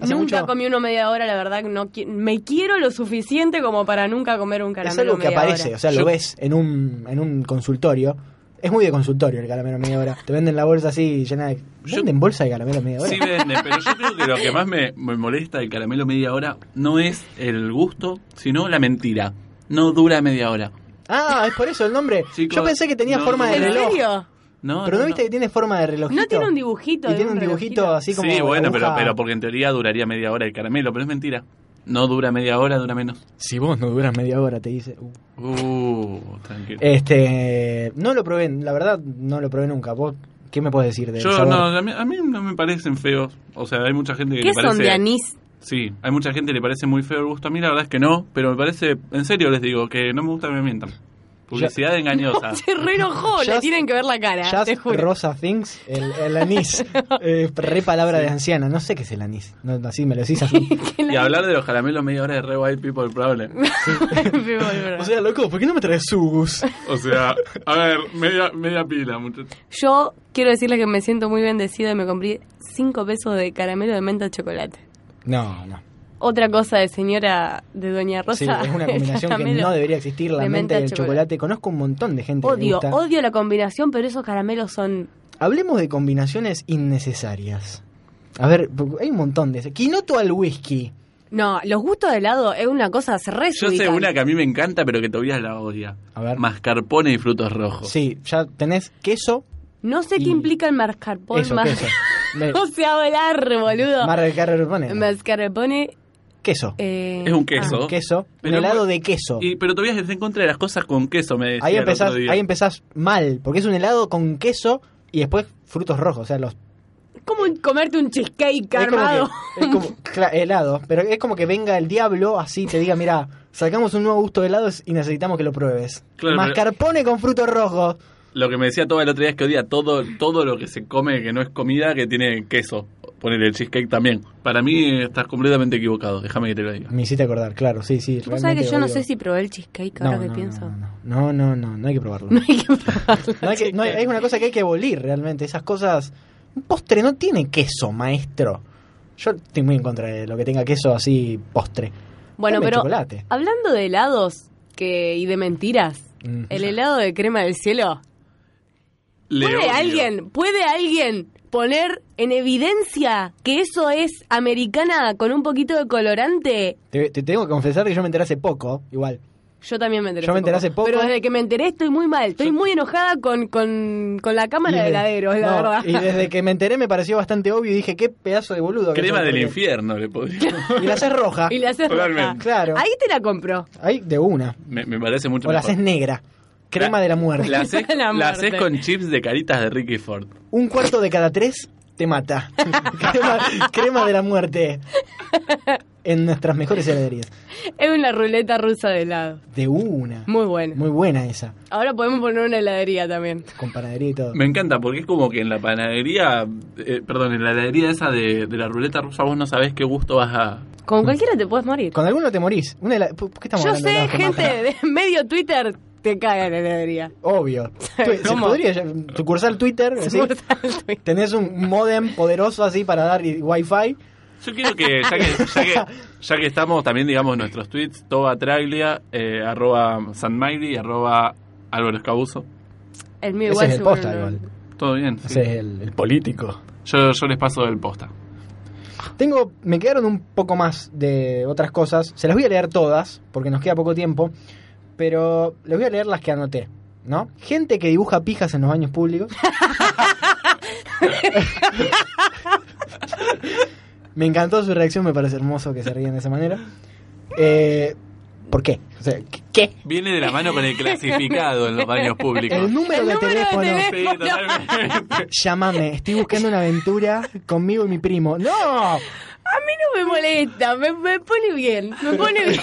S1: Hace
S3: nunca
S1: mucho-
S3: comí uno media hora, la verdad. que no qui- Me quiero lo suficiente como para nunca comer un caramelo
S1: Es algo que
S3: media
S1: aparece,
S3: hora.
S1: o sea, lo
S2: Yo-
S1: ves en un, en un consultorio Es muy de consultorio el calamero media hora. Te venden la bolsa así llena de.
S2: Yo-
S1: ¿Venden bolsa de calamero media hora?
S2: Sí vende, pero yo creo que lo que más me, me molesta del caramelo media hora no es el gusto, sino la mentira. No dura media hora.
S1: Ah, es por eso el nombre.
S2: Chicos,
S1: Yo pensé que tenía
S2: no,
S1: forma de
S3: ¿En
S2: no, no.
S1: reloj.
S3: serio?
S2: No,
S1: Pero no,
S2: no,
S1: viste que
S2: no.
S1: tiene forma de relojito.
S3: No tiene un dibujito.
S1: Y
S3: de
S1: tiene un dibujito
S3: relojito?
S1: así como.
S2: Sí, bueno, pero,
S1: aguja.
S2: pero porque en teoría duraría media hora el caramelo, pero es mentira. No dura media hora, dura menos.
S1: Si vos no duras media hora, te dice. Uh.
S2: Uh, tranquilo.
S1: Eh, Este. No lo probé, la verdad, no lo probé nunca. ¿Vos qué me puedes decir de
S2: Yo no, a mí, a mí no me parecen feos. O sea, hay mucha gente que
S3: ¿Qué
S2: le parece.
S3: son de anís?
S2: Sí, hay mucha gente que le parece muy feo el gusto. A mí la verdad es que no, pero me parece, en serio les digo, que no me gusta que me mientan. Publicidad engañosa.
S3: Se re enojó, le
S1: Just-
S3: tienen que ver la cara, te
S1: Just
S3: juro.
S1: Rosa Things, el, el anís. Eh, re palabra de anciana. No sé qué es el anís. No, así me lo decís así.
S2: Y hablar de los caramelos media hora de re white people problem.
S1: o sea, loco, ¿por qué no me traes sugus?
S2: O sea, a ver, media, media pila, muchachos.
S3: Yo quiero decirle que me siento muy bendecida y me compré 5 pesos de caramelo de menta chocolate.
S1: No, no.
S3: Otra cosa de señora de Doña Rosa.
S1: Sí, es una
S3: el
S1: combinación que
S3: caramelo.
S1: no debería existir, la
S3: de
S1: mente
S3: menta
S1: del
S3: chocolate.
S1: chocolate. Conozco un montón de gente que le
S3: Odio,
S1: gusta.
S3: odio la combinación, pero esos caramelos son...
S1: Hablemos de combinaciones innecesarias. A ver, porque hay un montón de... Quinoto al whisky.
S3: No, los gustos de helado es una cosa, se re
S2: Yo sé una que a mí me encanta, pero que Tobias la odia.
S1: A ver.
S2: Mascarpone y frutos rojos.
S1: Sí, ya tenés queso.
S3: No sé
S1: Y-
S3: qué implica el mascarpone.
S1: eso,
S3: más-
S1: queso. Me-
S3: No sé hablar, boludo.
S1: Mar del Carrer pone.
S3: Mascarpone...
S1: queso.
S3: eh,
S2: Es un queso.
S1: Queso. Un
S2: Pero
S1: helado
S2: mu-
S1: de queso.
S2: Y, pero Tobias está en contra de las cosas con queso, me decía
S1: Ahí
S2: el
S1: empezás,
S2: otro día.
S1: ahí em- empezás mal, porque es un helado con queso y después frutos rojos. O sea, los...
S3: ah, como un- comerte un cheesecake
S1: es como
S3: armado.
S1: que- es como- cla- helado. Pero es como que venga el diablo así te diga, mira, sacamos un nuevo gusto de helados y necesitamos que lo pruebes.
S2: Claro, pero-
S1: Mascarpone con frutos rojos.
S2: Lo que me decía Tobias el otro día es que odia todo, todo lo que se come que no es comida que tiene queso. Poner el cheesecake también. Para mí eh, estás completamente equivocado, déjame que te lo diga.
S1: Me hiciste acordar, claro, sí, sí.
S3: Vos sabés que
S1: realmente
S3: yo no
S1: odio-
S3: sé si probé el cheesecake
S1: No,
S3: ahora que
S1: no,
S3: pienso.
S1: No, no, no, no, no, no hay que probarlo.
S3: No hay que probarlo.
S1: No hay que- no hay- es una cosa que hay que abolir realmente. Esas cosas. Un postre no tiene queso, maestro. Yo estoy muy en contra de lo que tenga queso así postre.
S3: Bueno,
S1: Dame
S3: pero
S1: chocolate.
S3: hablando de helados que y de mentiras,
S1: Mm.
S3: el helado de crema del cielo.
S2: Le
S3: ¿Puede
S2: odio.
S3: alguien, puede alguien poner en evidencia que eso es americana con un poquito de colorante?
S1: Te, te tengo que confesar que yo me enteré hace poco, igual.
S3: Yo también me enteré.
S1: Yo me enteré hace poco.
S3: Pero desde que me enteré estoy muy mal. Estoy muy enojada con, con, con la cámara
S1: Y
S3: de
S1: de-
S3: heladeros, la
S1: no,
S3: verdad.
S1: Y desde que me enteré me pareció bastante obvio y dije, qué pedazo de boludo. que
S2: Crema
S1: soy,
S2: del
S1: porque-
S2: infierno, le podría.
S1: Y la haces roja.
S3: Y la haces roja.
S2: Totalmente.
S1: Claro.
S3: Ahí te la compro.
S1: Ahí de una.
S2: Me, me parece mucho
S1: O la
S2: mejor.
S1: haces negra. Crema
S2: La-
S1: de la muerte.
S2: La haces,
S3: La
S2: la haces
S3: muerte.
S2: con chips de caritas de Ricky Ford.
S1: Un cuarto de cada tres te mata. crema, crema de la muerte. En nuestras mejores heladerías.
S3: Es una ruleta rusa de helado.
S1: De una.
S3: Muy buena.
S1: Muy buena esa.
S3: Ahora podemos poner una heladería también.
S1: Con panadería y todo.
S2: Me encanta porque es como que en la panadería, eh, perdón, en la heladería esa de, de la ruleta rusa vos no sabés qué gusto vas a...
S3: Con cualquiera te puedes morir.
S1: Con alguno te morís. Una hela- ¿Por qué estamos
S3: Yo
S1: hablando de
S3: sé,
S1: helados que
S3: gente
S1: matan?
S3: de medio Twitter te caga en la heladería.
S1: Obvio. Tu, se
S3: ¿Cómo?
S1: podría llam- sucursal Twitter. ¿sí? Tenés un modem poderoso así para dar y- wifi.
S2: Yo quiero que, ya que, ya que, ya que estamos, también digamos nuestros tweets, Toba Traglia, eh, arroba Sanmaili, arroba Álvaro Escabuso.
S3: El mío
S1: Ese
S3: igual
S1: es el
S3: seguro
S1: posta,
S3: no.
S1: igual.
S2: Todo bien. Sí.
S1: Ese es el, el político.
S2: Yo, yo les paso el posta.
S1: Tengo, me quedaron un poco más de otras cosas. Se las voy a leer todas, porque nos queda poco tiempo. Pero les voy a leer las que anoté, ¿no? Gente que dibuja pijas en los baños públicos. me encantó su reacción, me parece hermoso que se ríen de esa manera. Eh, ¿Por qué? O sea, ¿qué?
S2: Viene de la mano con el clasificado en los baños públicos.
S1: El número
S3: El
S1: de
S3: número de
S1: teléfono.
S3: teléfono.
S2: Sí, totalmente.
S1: Llámame, estoy buscando una aventura conmigo y mi primo. ¡No!
S3: A mí no me molesta, me, me pone bien, me pone bien.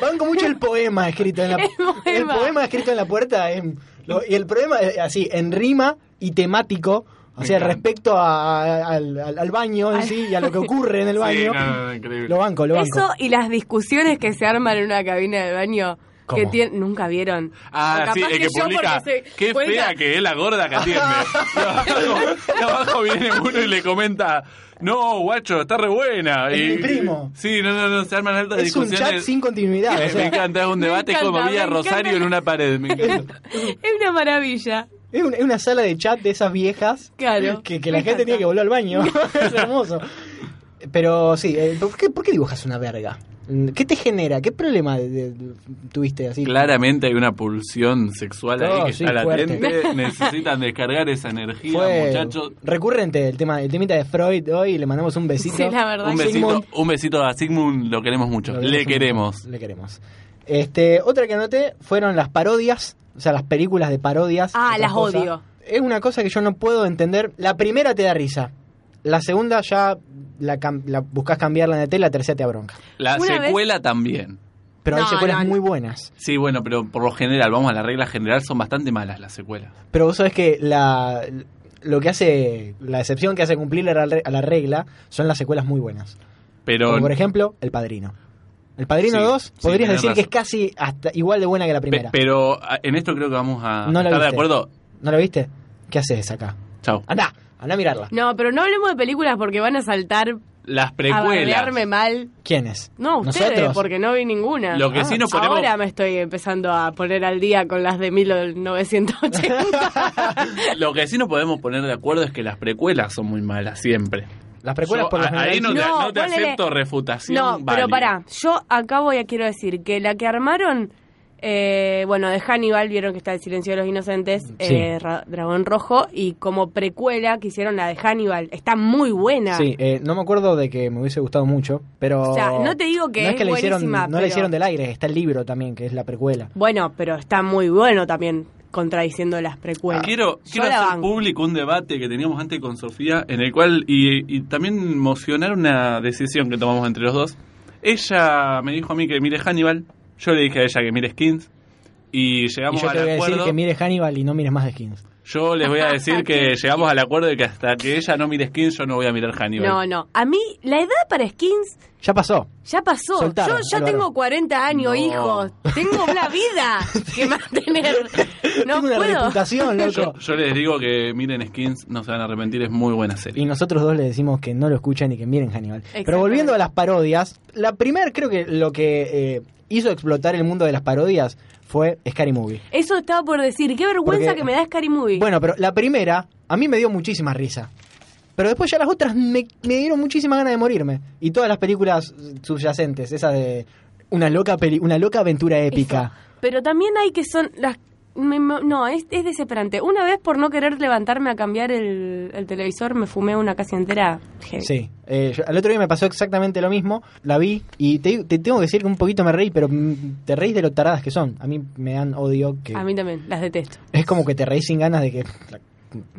S1: Banco mucho el poema escrito en la
S3: El poema.
S1: el poema escrito en la puerta em, lo- y el poema eh, así en rima y temático, o
S2: Me
S1: sea,
S2: encanta.
S1: respecto a- a- al, al- al baño en sí y a lo que ocurre en el
S2: Sí,
S1: baño.
S2: no, no, no, increíble.
S1: Lo banco, lo banco.
S3: Eso y las discusiones que se arman en una cabina del baño Que
S1: ¿Cómo?
S3: tiene- nunca vieron. O
S2: Ah,
S3: capaz
S2: sí, el que,
S3: yo
S2: publica.
S3: porque se-
S2: Qué
S3: cuelga-
S2: fea que es la gorda que atiende. Y abajo, y abajo viene uno y le comenta, no, guacho, está re buena.
S1: Es
S2: y,
S1: mi primo.
S2: Sí, no, no, no, se arman altas
S1: Es un
S2: discusiones.
S1: chat sin continuidad. o
S2: me
S1: sea,
S2: encanta, es un
S3: Me
S2: debate
S3: encanta,
S2: como
S3: me
S2: vía
S3: encanta.
S2: Rosario en una pared. me encanta.
S3: Es una maravilla.
S1: es, una, es una sala de chat de esas viejas
S3: Claro,
S1: que, que
S3: me
S1: la gente
S3: encanta.
S1: tiene que volver al baño. es hermoso. Pero sí, eh, ¿por qué, por qué dibujas una verga? ¿Qué te genera? ¿Qué problema de- de- tuviste así?
S2: Claramente hay una pulsión sexual ahí
S1: Oh,
S2: que
S1: sí,
S2: está
S1: fuerte.
S2: latente. Necesitan descargar esa energía,
S1: Fue
S2: muchachos.
S1: recurrente el tema, el temita de Freud hoy, le mandamos un besito.
S3: Sí, la verdad
S2: Un
S3: que
S2: besito,
S1: Sigmund.
S2: un besito a Sigmund, lo queremos mucho.
S1: Lo queremos
S2: Le
S1: un
S2: queremos.
S1: montón, Le queremos. Este, otra que anoté fueron las parodias, o sea, las películas de parodias.
S3: Ah,
S1: Otra
S3: las
S1: cosa.
S3: odio.
S1: Es una cosa que yo no puedo entender. La primera te da risa. La segunda ya la, cam- la buscas cambiarla en la tele, la tercera te da bronca.
S2: La
S3: Una vez-
S2: secuela también.
S1: Pero hay
S3: No,
S1: secuelas
S3: no, no.
S1: muy buenas.
S2: Sí, bueno, pero por lo general, vamos a la regla general, son bastante malas las secuelas.
S1: Pero vos sabés que la, lo que hace, la excepción que hace cumplir a la, re- a la regla son las secuelas muy buenas.
S2: Pero
S1: Como por ejemplo, El Padrino. El Padrino
S2: Sí,
S1: 2,
S2: sí,
S1: podrías
S2: tenés
S1: decir que es
S2: razón.
S1: casi hasta igual de buena que la
S2: pe-
S1: primera.
S2: pero ah, en esto creo que vamos a
S1: No la
S2: estar de
S1: viste.
S2: acuerdo.
S1: ¿No lo viste? ¿Qué haces acá?
S2: Chao.
S1: Andá, andá a mirarla.
S3: No, pero no hablemos de películas porque van a saltar
S2: Las
S3: a
S2: precuelas.
S3: bardearme mal.
S1: ¿Quién es?
S3: No, ustedes,
S1: Nosotros.
S3: porque no vi ninguna.
S2: Lo que
S1: Ah,
S2: sí nos ponemos
S3: Ahora me estoy empezando a poner al día con las de 1980.
S2: lo que sí nos podemos poner de acuerdo es que las precuelas son muy malas siempre.
S1: Las precuelas
S2: Yo-
S1: por lo
S2: a- ahí no,
S1: general-
S2: te,
S3: No,
S2: no te
S3: ponele-
S2: acepto refutación.
S3: no, pero
S2: válida.
S3: pará, yo acá voy a quiero decir que la que armaron, eh, bueno, de Hannibal, vieron que está el silencio de los inocentes, eh, Ra- Dragón Rojo, y como precuela que hicieron la de Hannibal, está muy buena.
S1: Sí, eh, no me acuerdo de que me hubiese gustado mucho, pero...
S3: O sea, no te digo que
S1: no es
S3: es
S1: que le hicieron,
S3: buenísima,
S1: No la
S3: pero-
S1: hicieron del aire, está el libro también, que es la precuela.
S3: Bueno, pero está muy bueno también contradiciendo las precuelas.
S2: Quiero,
S3: Yo
S2: quiero
S3: la
S2: hacer
S3: banco.
S2: público un debate que teníamos antes con Sofía, en el cual, y, y también mocionar una decisión que tomamos entre los dos. Ella me dijo a mí que mire Hannibal, yo le dije a ella que mire Skins, y llegamos
S1: y yo
S2: al
S1: te voy a
S2: acuerdo.
S1: decir que mires Hannibal y no mires más de Skins.
S2: Yo les voy a decir que llegamos al acuerdo de que hasta que ella no mire Skins, yo no voy a mirar Hannibal.
S3: No, no. A mí, la edad para skins
S1: Ya pasó.
S3: ya pasó.
S1: Soltalo,
S3: Yo ya
S1: Álvaro.
S3: tengo 40 años,
S2: No.
S3: hijos. Tengo una vida que mantener. No
S1: Tengo una
S3: puedo.
S1: reputación,
S2: Yo,
S1: loco.
S2: yo les digo que miren Skins, no se van a arrepentir, es muy buena serie.
S1: Y nosotros dos le decimos que no lo escuchan y que miren Hannibal.
S3: Exactamente.
S1: Pero volviendo a las parodias, la primer creo que lo que eh, hizo explotar el mundo de las parodias fue Scary Movie.
S3: Eso estaba por decir. Qué vergüenza
S1: Porque-
S3: que me da Scary Movie.
S1: Bueno, pero la primera a mí me dio muchísima risa. Pero después ya las otras me, me dieron muchísima ganas de morirme. Y todas las películas subyacentes, esa de una loca peli- una loca aventura épica.
S3: Eso. Pero también hay que son las... me- me- no, es, es desesperante. Una vez por no querer levantarme a cambiar el, el televisor, me fumé una casi entera. heavy.
S1: Sí, eh, yo- al otro día me pasó exactamente lo mismo, la vi y te, te tengo que decir que un poquito me reí, pero mm, te reís de lo taradas que son. A mí me dan odio que...
S3: A mí también, las detesto.
S1: Es como que te reís sin ganas de que...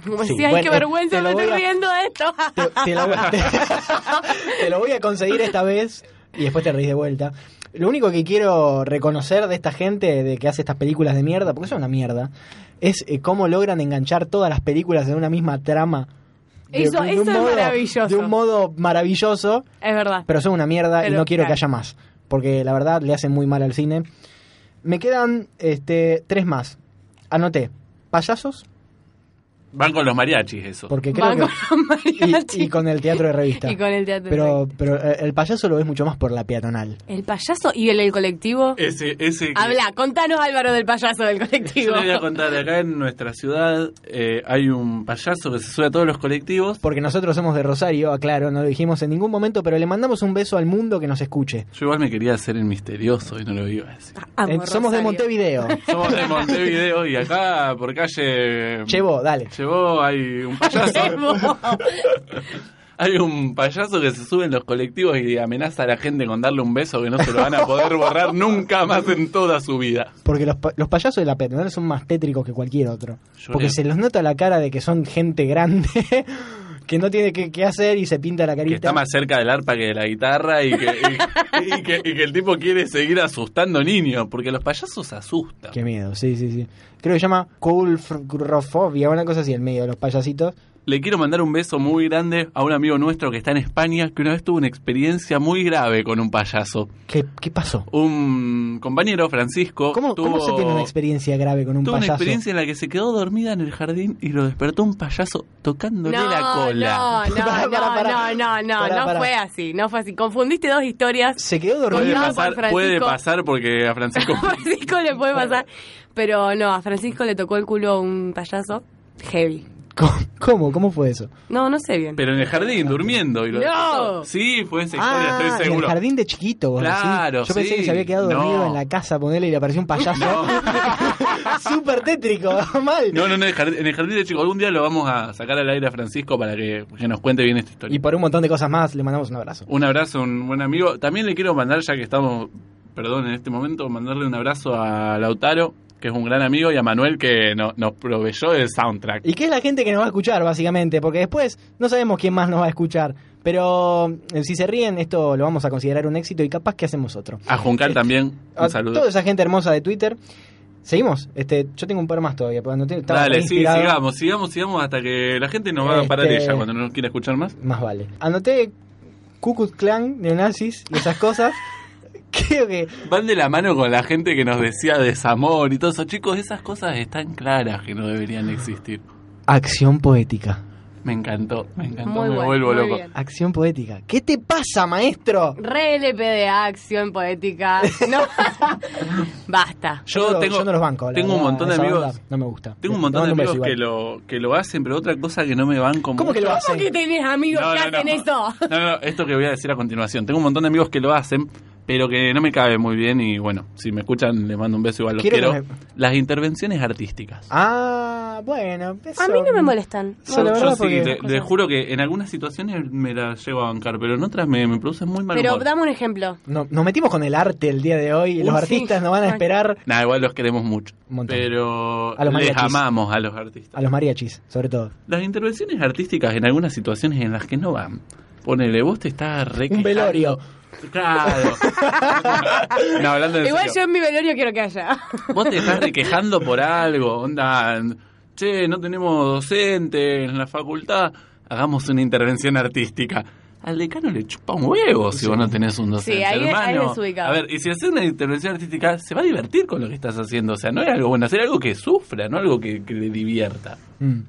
S3: Como
S1: Sí,
S3: decía, ay, qué
S1: bueno, te
S3: vergüenza, me
S1: lo
S3: estoy
S1: voy a-
S3: riendo de esto.
S1: Te, te lo, te- te lo voy a conseguir esta vez y después te reís de vuelta. Lo único que quiero reconocer de esta gente de que hace estas películas de mierda, porque es una mierda, es eh, cómo logran enganchar todas las películas en una misma trama.
S3: Eso- eso es maravilloso.
S1: De un modo maravilloso,
S3: es verdad.
S1: pero son una mierda y
S3: Pero,
S1: no quiero que
S3: claro.
S1: haya más, porque la verdad le hacen muy mal al cine. Me quedan este, tres más. Anoté, payasos,
S2: Van con los mariachis, eso.
S1: porque creo
S3: Van
S1: que...
S3: con los mariachis.
S1: y, y con el teatro de revista.
S3: Y con el teatro de
S1: Pero,
S3: revista.
S1: pero eh, el payaso lo ves mucho más por la peatonal.
S3: El payaso y el, el colectivo.
S2: Ese, ese que-
S3: Habla, contanos Álvaro del payaso del
S2: Yo
S3: colectivo.
S2: le voy a contar, acá en nuestra ciudad eh, hay un payaso que se sube a todos los colectivos.
S1: Porque nosotros somos de Rosario, aclaro, no lo dijimos en ningún momento, pero le mandamos un beso al mundo que nos escuche.
S2: Yo igual me quería hacer el misterioso y no lo iba a decir.
S3: Amo
S1: Eh, somos de
S3: Ah, Rosario.
S1: Montevideo.
S2: Somos de Montevideo y acá por calle...
S1: Chevo, dale.
S2: Llevó, hay un payaso. hay un payaso que se sube en los colectivos y amenaza a la gente con darle un beso que no se lo van a poder borrar nunca más en toda su vida.
S1: Porque los, pa- los payasos de la peatonal son más tétricos que cualquier otro.
S2: Yo
S1: Porque
S2: le-
S1: se los nota la cara de que son gente grande, que no tiene que, hacer y se pinta la
S2: Que
S1: carita.
S2: está más cerca del arpa que de la guitarra y que, y- y que- y que el tipo quiere seguir asustando niños, porque los payasos asustan.
S1: Qué miedo, sí, sí, sí. Creo que se llama coulrofobia, una cosa así, el medio de los payasitos.
S2: Le quiero mandar un beso muy grande a un amigo nuestro que está en España, que una vez tuvo una experiencia muy grave con un payaso.
S1: ¿Qué, qué pasó?
S2: Un compañero, Francisco,
S1: ¿Cómo,
S2: tuvo,
S1: cómo se tiene una experiencia grave con un
S2: tuvo una
S1: payaso?
S2: experiencia en la que se quedó dormida en el jardín y lo despertó un payaso tocándole
S3: No,
S2: la cola.
S3: no, no,
S1: Pará, pará, pará.
S3: no, no, no,
S1: Pará,
S3: no
S1: pará.
S3: fue así, no fue así. Confundiste dos historias.
S1: ¿Se quedó
S2: Puede,
S1: dormido?
S3: Contado por
S2: pasar,
S3: Francisco.
S2: puede pasar porque a Francisco...
S3: A Francisco le puede pasar, pero no, a Francisco le tocó el culo a un payaso heavy.
S1: ¿Cómo? ¿Cómo fue eso?
S3: No, no sé bien.
S2: Pero en el jardín, durmiendo. Y lo
S3: No.
S2: Sí, fue esa historia,
S1: Ah,
S2: estoy
S1: en el
S2: seguro.
S1: jardín de chiquito, vos decís.
S2: Claro,
S1: Yo pensé
S2: sí.
S1: que se había quedado dormido
S2: No.
S1: en la casa, ponele, y le apareció un payaso. Súper tétrico, mal.
S2: No, no, no, en el jardín, en el jardín de chico. Algún día lo vamos a sacar al aire a Francisco para que, que nos cuente bien esta historia.
S1: Y por un montón de cosas más, le mandamos un abrazo.
S2: Un abrazo, un buen amigo. También le quiero mandar, ya que estamos, perdón, en este momento, mandarle un abrazo a Lautaro, que es un gran amigo, y a Manuel, que no- nos proveyó el soundtrack.
S1: ¿Y qué es la gente que nos va a escuchar, básicamente? Porque después no sabemos quién más nos va a escuchar. Pero eh, si se ríen, esto lo vamos a considerar un éxito y capaz que hacemos otro.
S2: A Juncal también,
S1: A
S2: un saludo.
S1: toda esa gente hermosa de Twitter. Seguimos. Este, yo tengo un par más todavía. porque no tengo- estaba
S2: Dale,
S1: tan
S2: sí,
S1: inspirado.
S2: sigamos, sigamos, sigamos hasta que la gente nos va a parar
S1: Este-
S2: ella cuando no nos quiera escuchar más.
S1: Más vale. Anoté Cucut Clan, neonazis y esas cosas. Creo que
S2: Van de la mano con la gente que nos decía desamor y todo eso. Chicos, esas cosas están claras que no deberían existir.
S1: Acción poética.
S2: Me encantó, me encantó,
S3: Muy
S2: me
S3: bueno,
S2: vuelvo
S3: muy
S2: loco.
S3: bien.
S1: Acción poética. ¿Qué te pasa, maestro?
S3: Re LP de acción poética. No. Basta.
S2: Yo,
S1: no lo-
S2: tengo,
S1: no los banco. la
S2: tengo un
S1: verdad,
S2: montón de
S1: esa
S2: amigos.
S1: onda no me gusta.
S2: Tengo un
S1: Le
S2: montón de
S1: mando
S2: amigos
S1: beso
S2: que
S1: igual.
S2: lo, que lo hacen, pero otra cosa que no me van como.
S1: ¿Cómo que lo
S3: ¿Cómo
S1: hacen?
S3: que tenés amigos
S2: No,
S3: que
S2: no,
S3: hacen
S2: no.
S3: eso?
S2: No, no, esto que voy a decir a continuación. Tengo un montón de amigos que lo hacen, pero que no me cabe muy bien. Y bueno, si me escuchan, les mando un beso igual. Los
S1: Quiero
S2: quiero.
S1: que me-
S2: Las intervenciones artísticas.
S1: Ah, bueno.
S3: A mí no me molestan.
S1: Solo
S3: No.
S1: la
S2: Yo
S1: verdad,
S2: sí,
S1: porque-
S2: te, te juro que en algunas situaciones me las llevo a bancar, pero en otras me, me producen muy mal
S3: Pero
S2: humor.
S3: dame un ejemplo.
S1: No, nos metimos con el arte el día de hoy. y los
S3: Uy, sí.
S1: artistas nos van a
S3: Ay.
S1: esperar
S2: Nah, igual los queremos mucho.
S1: Un montón.
S2: Pero
S1: A los
S2: les
S1: mariachis.
S2: amamos a los artistas.
S1: a los mariachis, sobre todo.
S2: Las intervenciones artísticas en algunas situaciones en las que no van. Ponele, vos te estás re
S1: Un
S2: quejando.
S1: velorio.
S2: Claro. no, hablando en
S3: Igual yo
S2: serio.
S3: en mi velorio quiero que haya.
S2: Vos te estás requejando por algo, onda. Che, no tenemos docente en la facultad. Hagamos una intervención artística. Al decano le chupa un huevo si vos no tenés un docente,
S3: Sí, ahí- ahí
S2: hermano.
S3: desubicado.
S2: A ver, y si haces una intervención artística, se va a divertir con lo que estás haciendo. O sea, no es algo bueno, hacer algo que sufra, no algo que, que le divierta.
S1: Mm.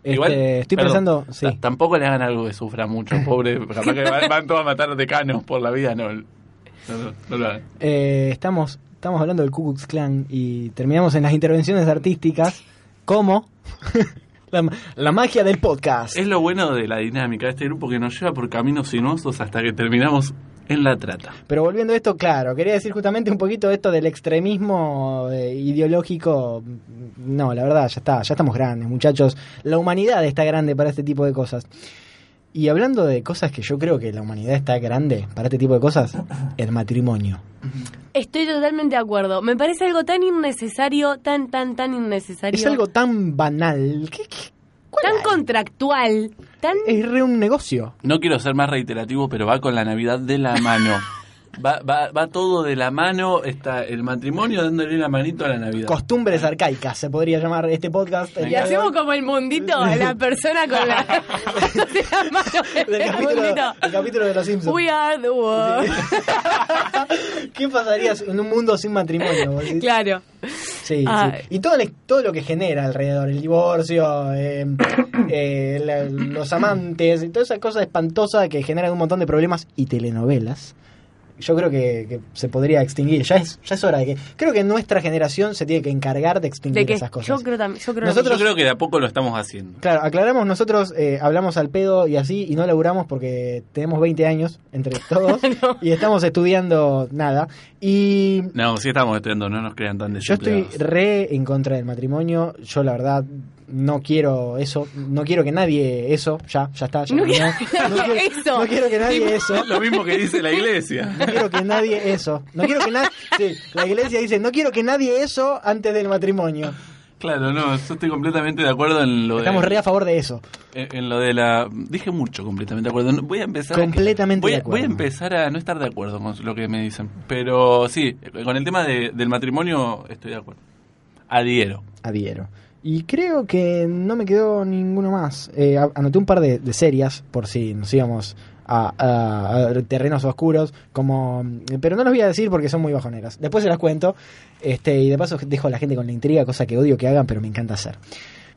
S1: Este,
S2: Igual,
S1: estoy
S2: perdón,
S1: pensando.
S2: t-
S1: Sí.
S2: Tampoco le hagan algo que sufra mucho, pobre. Capaz que van, van todos a matar decanos por la vida, no. No, no, no lo hagan.
S1: Eh, estamos, estamos hablando del Ku Klux Klan y terminamos en las intervenciones artísticas como la, ma- la magia del podcast.
S2: Es lo bueno de la dinámica de este grupo que nos lleva por caminos sinuosos hasta que terminamos en la trata.
S1: Pero volviendo a esto, claro, quería decir justamente un poquito esto del extremismo eh, ideológico. No, la verdad, ya está, ya estamos grandes, muchachos. La humanidad está grande para este tipo de cosas. Y hablando de cosas que yo creo que la humanidad está grande para este tipo de cosas, el matrimonio.
S3: Estoy totalmente de acuerdo. Me parece algo tan innecesario, tan, tan, tan innecesario.
S1: Es algo tan banal, que, que-
S3: tan contractual, tan...
S1: es re un negocio.
S2: No quiero ser más reiterativo, pero va con la Navidad de la mano. Va, va, va todo de la mano, está el matrimonio dándole la manito a la Navidad.
S1: Costumbres arcaicas, se podría llamar este podcast. el
S3: Y
S1: día de
S3: hacemos
S1: hoy.
S3: como el mundito, la persona con la... la mano
S1: Del
S3: el
S1: capítulo,
S3: mundito.
S1: del capítulo de los Simpsons.
S3: We are the world.
S1: ¿Qué pasaría en un mundo sin matrimonio? vos decís?
S3: Claro.
S1: Sí, sí.
S3: Ay.
S1: Y todo, el- todo lo que genera alrededor, el divorcio, eh, eh, la- los amantes, y toda esa cosa espantosa que generan un montón de problemas y telenovelas. Yo creo que, que se podría extinguir. Ya es, ya es hora de que. Creo que nuestra generación se tiene que encargar de extinguir
S3: De que
S1: esas cosas.
S3: yo creo también, yo creo
S1: Nosotros-
S2: Yo creo que de a poco lo estamos haciendo.
S1: Claro, aclaramos, nosotros eh, hablamos al pedo y así, y no laburamos porque tenemos 20 años entre todos y estamos estudiando nada. Y
S2: No, sí estamos estudiando, no nos crean tan
S1: yo estoy
S2: desempleados.
S1: re en contra del matrimonio. Yo, la verdad, no quiero eso. No quiero que nadie eso. Ya, ya está. ya
S3: No
S1: terminó.
S3: quiero
S1: No
S3: nadie
S1: quiero-
S3: eso.
S1: no quiero que nadie eso.
S2: Es lo mismo que dice la iglesia.
S1: No quiero que nadie eso. No quiero que nadie. Sí, la iglesia dice: No quiero que nadie eso antes del matrimonio.
S2: Claro, no, yo estoy completamente de acuerdo en lo
S1: Estamos
S2: de...
S1: re a favor de eso.
S2: En, Eh, en lo de la. Dije mucho, completamente de acuerdo. No, Voy a empezar. a que-
S1: Completamente
S2: voy a-
S1: de acuerdo.
S2: Voy a empezar a no estar de acuerdo con lo que me dicen. Pero sí, con el tema de- del matrimonio estoy de acuerdo. Adhiero.
S1: Adhiero. Y creo que no me quedó ninguno más. Eh, a- anoté un par de, de series por si nos íbamos a, a- a terrenos oscuros, como mm, pero no los voy a decir porque son muy bajoneras. Después se las cuento. Este, y de paso dejo a la gente con la intriga, cosa que odio que hagan, pero me encanta hacer.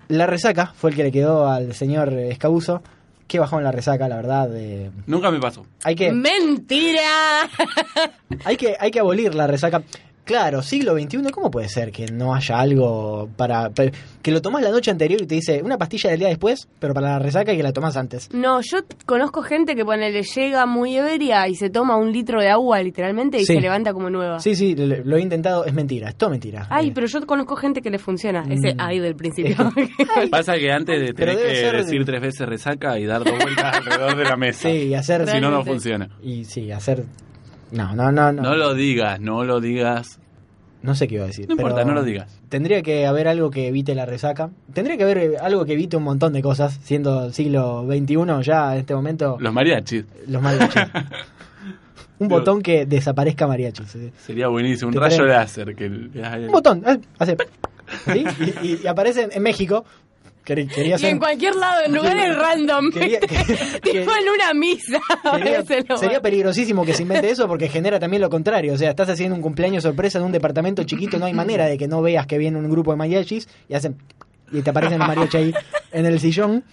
S1: La resaca fue el que le quedó al señor Escabuso. Qué bajón la resaca, la verdad. eh,
S2: Nunca me pasó.
S1: hay que
S3: ¡Mentira!
S1: hay que, hay que abolir la resaca. Claro, siglo XXI, ¿cómo puede ser que no haya algo para, para- que lo tomás la noche anterior y te dice una pastilla del día después, pero para la resaca y que la tomás antes?
S3: No, yo conozco gente que ponele llega muy ebria y se toma un litro de agua literalmente y
S1: Sí.
S3: se levanta como nueva.
S1: Sí, sí, lo, lo he intentado, es mentira, es todo mentira.
S3: Ah. Ay,
S1: Eh,
S3: pero yo conozco gente que le funciona.
S1: Mm.
S3: Ese ay del principio.
S2: Pasa que antes de
S1: Pero
S2: tener
S1: debe
S2: que
S1: ser-
S2: decir tres veces resaca y dar dos vueltas alrededor de la mesa.
S1: sí, y hacer
S2: si no, no
S3: Realmente.
S2: funciona.
S1: y sí, hacer no, no, no, no.
S2: No lo digas, no lo digas.
S1: No sé qué iba a decir.
S2: No importa,
S1: pero
S2: no lo digas.
S1: Tendría que haber algo que evite la resaca. Tendría que haber eh, algo que evite un montón de cosas, siendo siglo XXI ya en este momento
S2: Los mariachis.
S1: los mariachis. un
S2: Pero-
S1: botón que desaparezca mariachis. eh. sí.
S2: Sería buenísimo. Un
S1: Te
S2: rayo
S1: prende.
S2: láser. Que... le das ahí.
S1: Un botón, ah, hace. ¿sí? Y, y- y aparece en, en México. Quería, quería
S3: Y
S1: hacer-
S3: en cualquier lado, en lugares random.
S1: Quería-
S3: ¿viste? tipo en una misa.
S1: quería-
S3: ese lugar.
S1: sería peligrosísimo que se invente eso porque genera también lo contrario. O sea, estás haciendo un cumpleaños sorpresa en un departamento chiquito, no hay manera de que no veas que viene un grupo de mariachis y hacen. Y te aparecen los mariachis ahí en el sillón.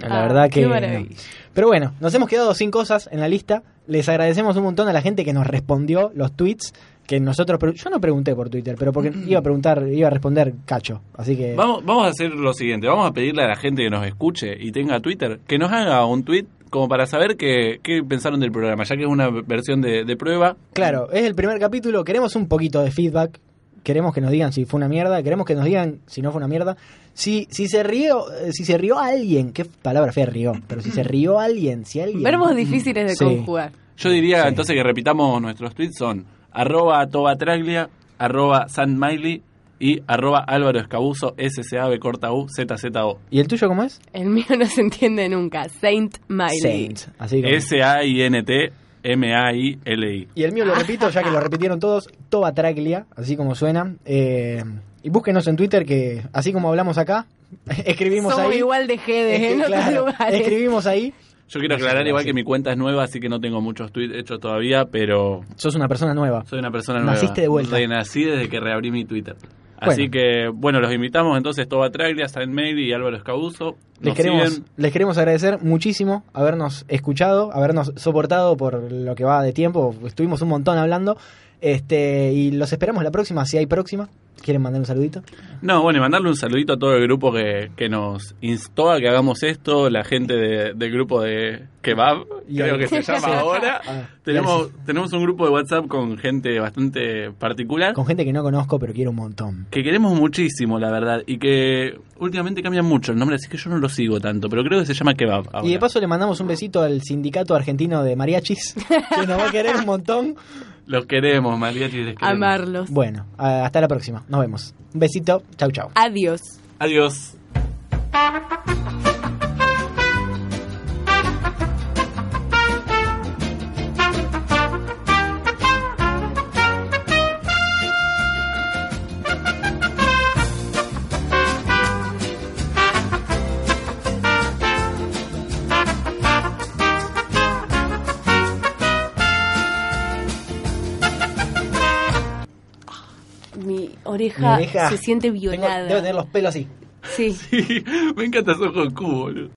S1: La
S3: Ah,
S1: verdad que.
S3: qué
S1: no.
S3: maravilla.
S1: Pero bueno, nos hemos quedado sin cosas en la lista. Les agradecemos un montón a la gente que nos respondió los tweets. Que nosotros. pre- Yo no pregunté por Twitter, pero porque iba a preguntar, iba a responder cacho. Así que.
S2: Vamos, vamos a hacer lo siguiente. Vamos a pedirle a la gente que nos escuche y tenga Twitter que nos haga un tweet como para saber qué, qué pensaron del programa, ya que es una versión de, de prueba.
S1: Claro, es el primer capítulo. Queremos un poquito de feedback. Queremos que nos digan si fue una mierda. Queremos que nos digan si no fue una mierda. Si, si se rió, eh, si se rió alguien, qué palabra fea rió, pero si se rió alguien, si alguien.
S3: Verbos difíciles de
S1: Mm, Sí.
S3: conjugar.
S2: Yo diría
S1: Sí.
S2: entonces que repitamos nuestros tweets son arroba tobatraglia, arroba sanmiley y arroba álvaro escabuso, SCAB corta U, ZZO.
S1: ¿Y el tuyo cómo es?
S3: El mío no se entiende nunca. Saint Miley.
S1: Saint. Así que.
S2: S-A-I-N-T. M-A-I-L-I.
S1: Y el mío lo repito, ya que lo repitieron todos, Toba Traglia, así como suena. Eh, y búsquenos en Twitter que, así como hablamos acá, escribimos
S3: Somos
S1: ahí.
S3: igual de
S1: Escri-
S3: jedes en
S1: claro,
S3: otros lugares.
S1: escribimos ahí.
S2: Yo quiero aclarar igual que mi cuenta es nueva, así que no tengo muchos tweets hechos todavía, pero
S1: Sos una persona nueva.
S2: soy una persona nueva.
S1: Naciste de vuelta.
S2: Renací desde que reabrí mi Twitter. Así
S1: Bueno.
S2: que, bueno, los invitamos entonces Toba Traglia, San Mail y Álvaro Escabuso.
S1: Les
S2: Nos
S1: queremos,
S2: siguen.
S1: les queremos agradecer muchísimo habernos escuchado, habernos soportado por lo que va de tiempo. Estuvimos un montón hablando. Este, y los esperamos la próxima, si hay próxima. ¿Quieren mandar un saludito?
S2: No, bueno, y mandarle un saludito a todo el grupo que, que nos instó a que hagamos esto, la gente de- del grupo de Kebab,
S1: Y
S2: creo
S1: al-
S2: que se
S1: Sí.
S2: llama ahora.
S1: Ah,
S2: Tenemos, tenemos un grupo de WhatsApp con gente bastante particular.
S1: Con gente que no conozco, pero quiero un montón.
S2: que queremos muchísimo, la verdad, y que últimamente cambian mucho el nombre, así que yo no lo sigo tanto, pero creo que se llama Kebab ahora.
S1: Y de paso le mandamos un besito al sindicato argentino de mariachis, que nos va a querer un montón.
S2: Los queremos, mariachi, les queremos.
S3: Amarlos.
S1: Bueno, a- hasta la próxima. Nos vemos. Un besito. Chau, chau.
S3: Adiós.
S2: Adiós.
S3: Mi oreja,
S1: Mi oreja.
S3: se siente
S1: Tengo-
S3: violada.
S1: debo tener los pelos así.
S3: Sí.
S2: Me encanta Sojo Q, boludo.